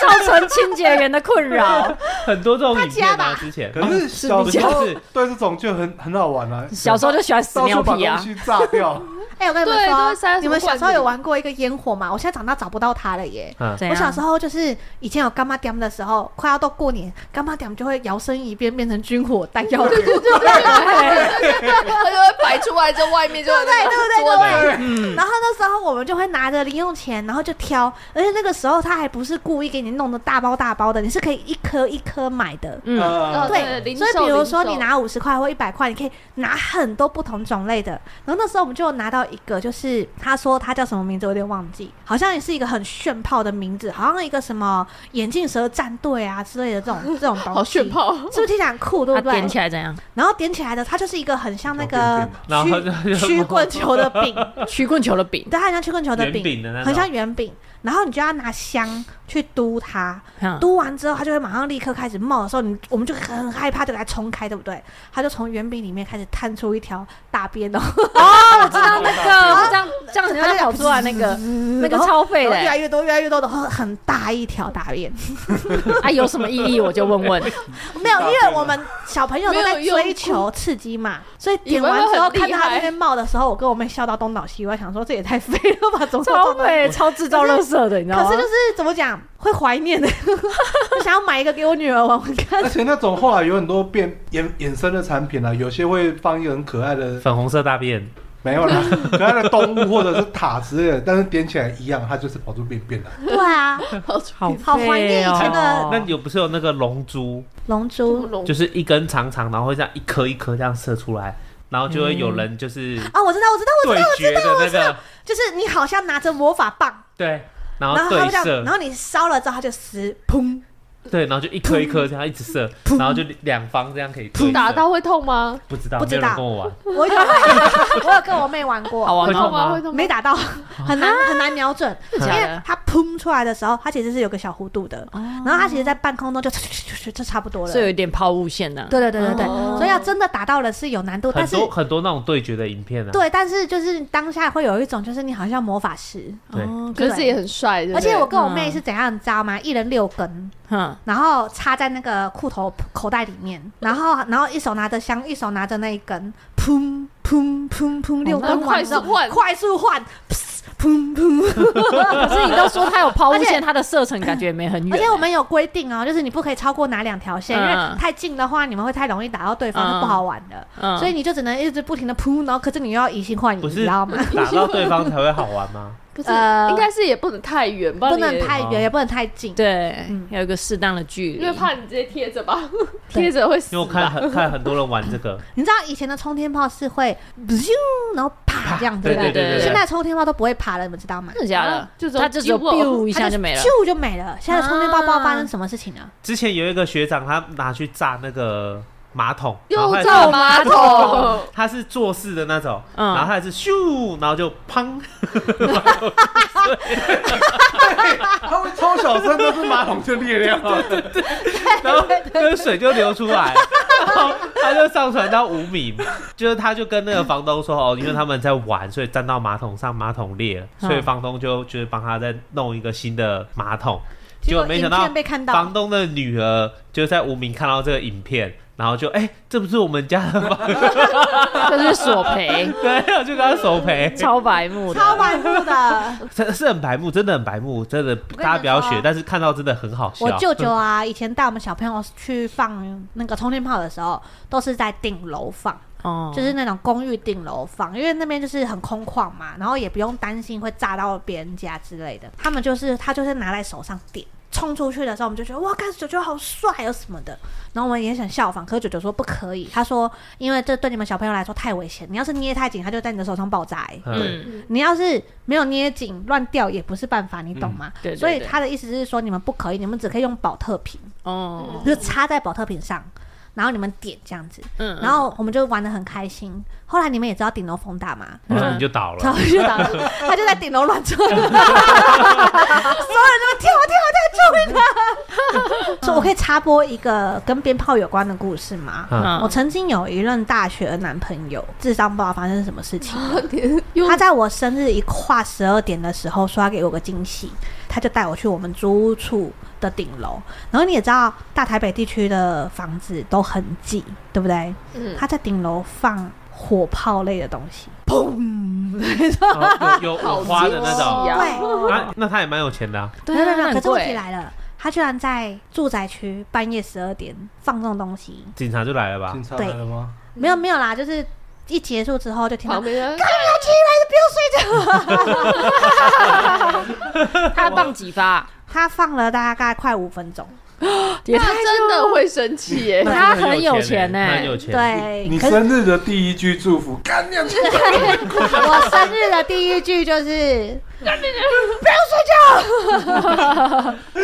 F: 造成清洁员的困扰。
E: 很多这种影片
C: 他家吧
E: 啊。之前
D: 可是
B: 哦
D: 小时
E: 不
D: 候
E: 是
D: 对这种就很很好玩啊，
F: 小时候就喜欢屎
D: 到
F: 尿
D: 处把
F: 屁
D: 东
F: 啊，
D: 西炸掉。
C: 哎，我跟你们
B: 对都会塞
C: 说，
B: 在什么
C: 你们小时候
B: 罐子里
C: 有玩过一个烟火吗？我现在长大找不到它了耶。
E: 嗯，
F: 怎
C: 我小
F: 样
C: 时？候就是以前有干妈点的时候，快要到过年，干妈点就会摇身一变变成军火弹药库，对对对
B: 它就会摆出来，在外面就
C: 对对
B: 桌子
C: 对
D: 嗯
C: 对。然后那时候我们就会拿着零用钱，然后就挑，而且那个时候他还不是故意给你弄的大包大包的，你是可以一颗一颗买的。
F: 嗯，
B: 哦
D: 呃，
B: 对，
C: 啊对
B: 零售
C: 所以比如说
B: 零
C: 你
B: 售
C: 拿五十块或一百块，你可以拿很多不同种类的。然后那时候我们就有拿到一个，就是他说他叫什么名字，我有点忘记，好像也是一个很炫炮的名字，好像一个什么眼镜蛇战队啊之类的这 种这种东西。
B: 好炫！炮，
C: 是不是听起来很酷，对
A: 它
C: 不对
A: 点？起来怎样？
C: 然后点起来的，它就是一个很像那
D: 小
C: 个
E: 然后就
C: 曲曲棍球的 饼，
A: 曲棍球的饼，
C: 对，它很像曲棍球的
E: 圆饼的那种
C: 很像圆饼。然后你就要拿香去嘟它，
A: 嗯
C: 嘟完之后，它就会马上立刻开始冒的时候，你我们就很害怕，就给它冲开，对不对？它就从圆饼里面开始探出一条大便哦，
F: 我知道那个，我知道这样
C: 它
F: 很像
A: 跑出啊来那个那个超废
C: 然
A: 的
C: 后越来
A: 欸、
C: 越多，越来越多的很很大一条大便，
A: 啊，有什么意义？我就问问。
C: 没有，因为我们小朋友都在
B: 没有用
C: 追求刺激嘛，所以
B: 以
C: 点
B: 为会
C: 完之后
B: 很厉
C: 看到它
B: 害
C: 那边冒的时候，我跟我妹笑到东倒西歪，想说这也太废了吧，怎么会有
F: 超美超
C: 这种东西
F: 制造垃圾的，你知道吗？
C: 可是就是怎么讲，会怀念的，我想要买一个给我女儿玩玩看
D: 而。且那种后来有很多变衍衍生的产品啊，有些会放一个很可爱的，
E: 粉红色大便，
D: 没有啦，可爱的动物或者是塔之类的，但是点起来一样，它就是跑出便便来。
C: 对啊，
F: 好
C: 好怀念以前
A: 哦
B: 哦
C: 的
E: 那有不是有那个龙珠，
C: 龙珠
B: 龙
E: 就是一根长长，然后会这样一颗一颗这样射出来，然后就会有人就是
C: 啊，我知道，我知道，我
E: 对
C: 知道，
E: 决的那个
C: 就是你好像拿着魔法棒，
E: 对，然后
C: 然后
E: 对
C: 他这样，
E: 射
C: 然，后你烧了之后，它就死， 砰！
E: 对，然后就一颗一颗这样一直射，然后就两方这样可以对射
B: 打到会痛吗？
E: 不知道，
C: 不
E: 没
C: 知
E: 有
C: 道
E: 人跟我玩，
C: 我有， 我有跟我妹玩
A: 好
C: 过，
A: 玩
E: 会
A: 吗？
E: 痛
B: 痛吗？
E: 吗
B: 会？痛吗？
C: 没打到，很难很难瞄 准，因
A: 假的
C: 为它砰出来的时候，它其实是有个小弧度的，然后它其实在半空中就就差不多了。
A: 所以有
C: 对
A: 一点抛物线啊呢、
C: 对对对对，
B: 哦
C: 所以要真的打到了是有难度，但
E: 很
C: 是
E: 多很多那种对决的影片啊，
C: 对，但是就是当下会有一种，就是你好像魔法师，
E: 对
A: 哦
B: 可是自己很帅，对不
C: 而
B: 对
C: 且我跟我妹
A: 嗯
C: 是怎样，你知道吗？一人六根，
A: 哼，
C: 然后插在那个裤头口袋里面，然后然后一手拿着香，一手拿着那一根，砰砰砰砰，六根完之后
B: 快速换
C: 快速换，砰砰。
A: 可是你都说它有抛物
C: 而且
A: 线，它的射程感觉也没很远。
C: 而且我们有规定哦，就是你不可以超过哪两条线，因为
A: 嗯
C: 太近的话，你们会太容易打到对方，
A: 嗯
C: 就不好玩了。
A: 嗯
C: 所以你就只能一直不停的扑，然后可是你又要以心换影，
E: 不
C: 你
E: 是
C: 知道 吗？
E: 打到对方才会好玩 吗？
B: 可是
C: 呃
B: 应该是也不能太远，不然
C: 不
B: 你
C: 能
B: 也
C: 太
E: 哦
C: 远，也不能太近。
A: 对
C: 嗯，
A: 要有一个适当的距
B: 因
A: 离
B: 为。怕你直接贴着吧，
C: 对
B: 贴着会死
E: 因为我看
B: 吧。
E: 很看很多人玩这个，
C: 你知道以前的冲天炮是会，然后啪这样子
E: 对
C: 的，
E: 对对
A: 对
C: 现在冲天炮都不会啪了，你们知道吗？
A: 真的假的
B: 啊？就只有
A: 它就只有
B: biu
A: 咻一下就没了。
C: 咻哦就没了。现在的冲天炮不知道发生
A: 啊
C: 什么事情了，
E: 之前有一个学长他拿去炸那个马桶，然后
B: 又
E: 他
B: 照马桶，
E: 他是坐式的那种，
A: 嗯
E: 然后他也是咻，然后就砰，
D: 它会超小声，但是马桶就裂掉了。
E: 然后那个水就流出来，然后他就上传到五米，就是他就跟那个房东说哦，因为他们在玩，所以站到马桶上，马桶裂了，
A: 嗯
E: 所以房东就就是帮他再弄一个新的马桶，结
C: 结
E: 果
C: 果
E: 没想
C: 影
E: 到
C: 片被看
E: 房
C: 到，
E: 东的女儿就在无名看到这个影片，然后就哎、这不是我们家的吗？，
A: 这就是索赔
E: 对，就跟他索赔，
A: 超白目的。
C: 超白目的。
E: 真 是很啊白目，真的很白目，真的
C: 们
E: 大家不要学
C: 说，
E: 但是看到真的很好笑。
C: 我舅舅啊，以前带我们小朋友去放那个冲天炮的时候，都是在顶楼放，
A: 哦
C: 就是那种公寓顶楼放，因为那边就是很空旷嘛，然后也不用担心会炸到别人家之类的。他们就是他就是拿在手上点，冲出去的时候我们就觉得哇，看九九好帅哦什么的。然后我们也想效仿，可是九九说不可以，他说因为这对你们小朋友来说太危险，你要是捏太紧，他就在你的手上爆炸、欸。
E: 嗯，
A: 嗯，
C: 你要是没有捏紧，乱掉也不是办法，你懂吗？
A: 嗯对对
C: 所以
A: 对
C: 他的意思是说，你们不可以，你们只可以用保特瓶，
A: 哦，
C: 就插在保特瓶上，然后你们点这样子。
A: 嗯，
C: 然后我们就玩的很开心。后来你们也知道顶楼风大嘛，
E: 然后你就倒
C: 然
E: 了，
C: 后就打了，他就在顶楼乱窜，所有人都跳跳跳救命啊！所以我可以插播一个跟鞭炮有关的故事吗？
E: 嗯
C: 我曾经有一任大学的男朋友，智商不知道发生什么事情了，
B: 又
C: 他在我生日一跨十二点的时候说要给我个惊喜，他就带我去我们租屋处的顶楼。然后你也知道，大台北地区的房子都很挤，对不对？
B: 嗯
C: 他在顶楼放火炮类的东西，
E: 然后有有有花的那
B: 好
E: 种
B: 惊喜啊
C: 对
E: 啊，那他也蛮有钱的啊，
C: 没有没有没有。
B: 很
C: 可是问题
B: 贵
C: 来了，他居然在住宅区半夜十二点放这种东西，
B: 嗯
E: 警察就来了吧
D: 警？察来了吗？
C: 没有没有啦，就是一结束之后就听到
B: 旁边人
A: 他棒几发？
C: 他放了大概快五分钟，
A: 也太
B: 他真的会生气 耶。
E: 那
A: 他
E: 真的很
A: 很有钱
E: 呢，
A: 欸
E: 他很有钱。，
C: 对，
D: 你
C: 可是
D: 生日的第一句祝福，干 你娘！
C: 我生日的第一句 就是“不要睡觉，中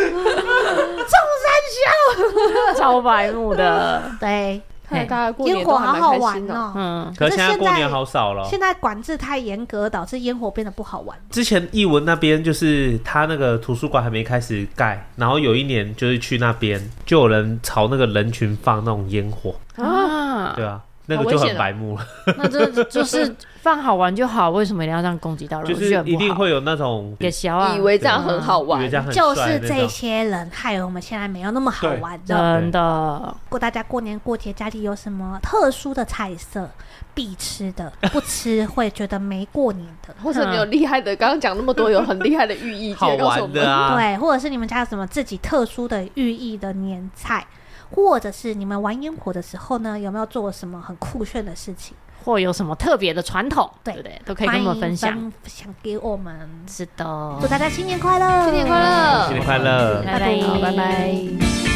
A: 超白目的。
C: 山小”。对，
B: 看来大家过年
C: 烟
B: 都
C: 火
B: 还
C: 好
B: 蛮
C: 好
B: 开
C: 玩
B: 心哦。
C: 哦。
A: 嗯，
C: 可
E: 可是
C: 是
E: 现在过
C: 现在
E: 年好少
D: 哦
E: 了。
C: 现在管制太严格，导致烟火变得不好玩。
E: 之前译文那边就是他那个图书馆还没开始盖，然后有一年就是去那边，就有人朝那个人群放那种烟火，
A: 啊，
E: 对啊，那个
B: 好
E: 就
B: 危
E: 很
B: 险哦
E: 白目了，
A: 那这就是放好玩就好，为什么一定要这样攻击到人？
E: 就
A: 我觉得
E: 是
A: 很不
E: 一定
A: 好
E: 会有那种
A: 给小啊，
B: 以为这样很好
E: 以为
B: 玩
E: 这，样很
C: 就
E: 帅
C: 是
E: 那
C: 这
E: 种
C: 些人害我们现在没有那么好玩的。
A: 真的
C: 过大家过年过节家里有什么特殊的菜色必吃的，不 吃会觉得没过年的。
B: 或者你有厉害的，刚刚讲那么多有很厉害的寓意，记
E: 好
B: 得告诉我
E: 玩的
B: 们。
E: 啊，
C: 对，或者是你们家有什么自己特殊的寓意的年菜，或者是你们玩烟火的时候呢，有没有做什么很酷炫的事情？
A: 或有什么特别的传统，
C: 对
A: 对不对？都可以跟我们分
C: 欢
A: 享。
C: 迎分享给我们。
A: 是的
C: 祝，大家新年快乐！
B: 新年快乐
E: 新！年快乐！
A: 拜拜
B: 好，拜拜。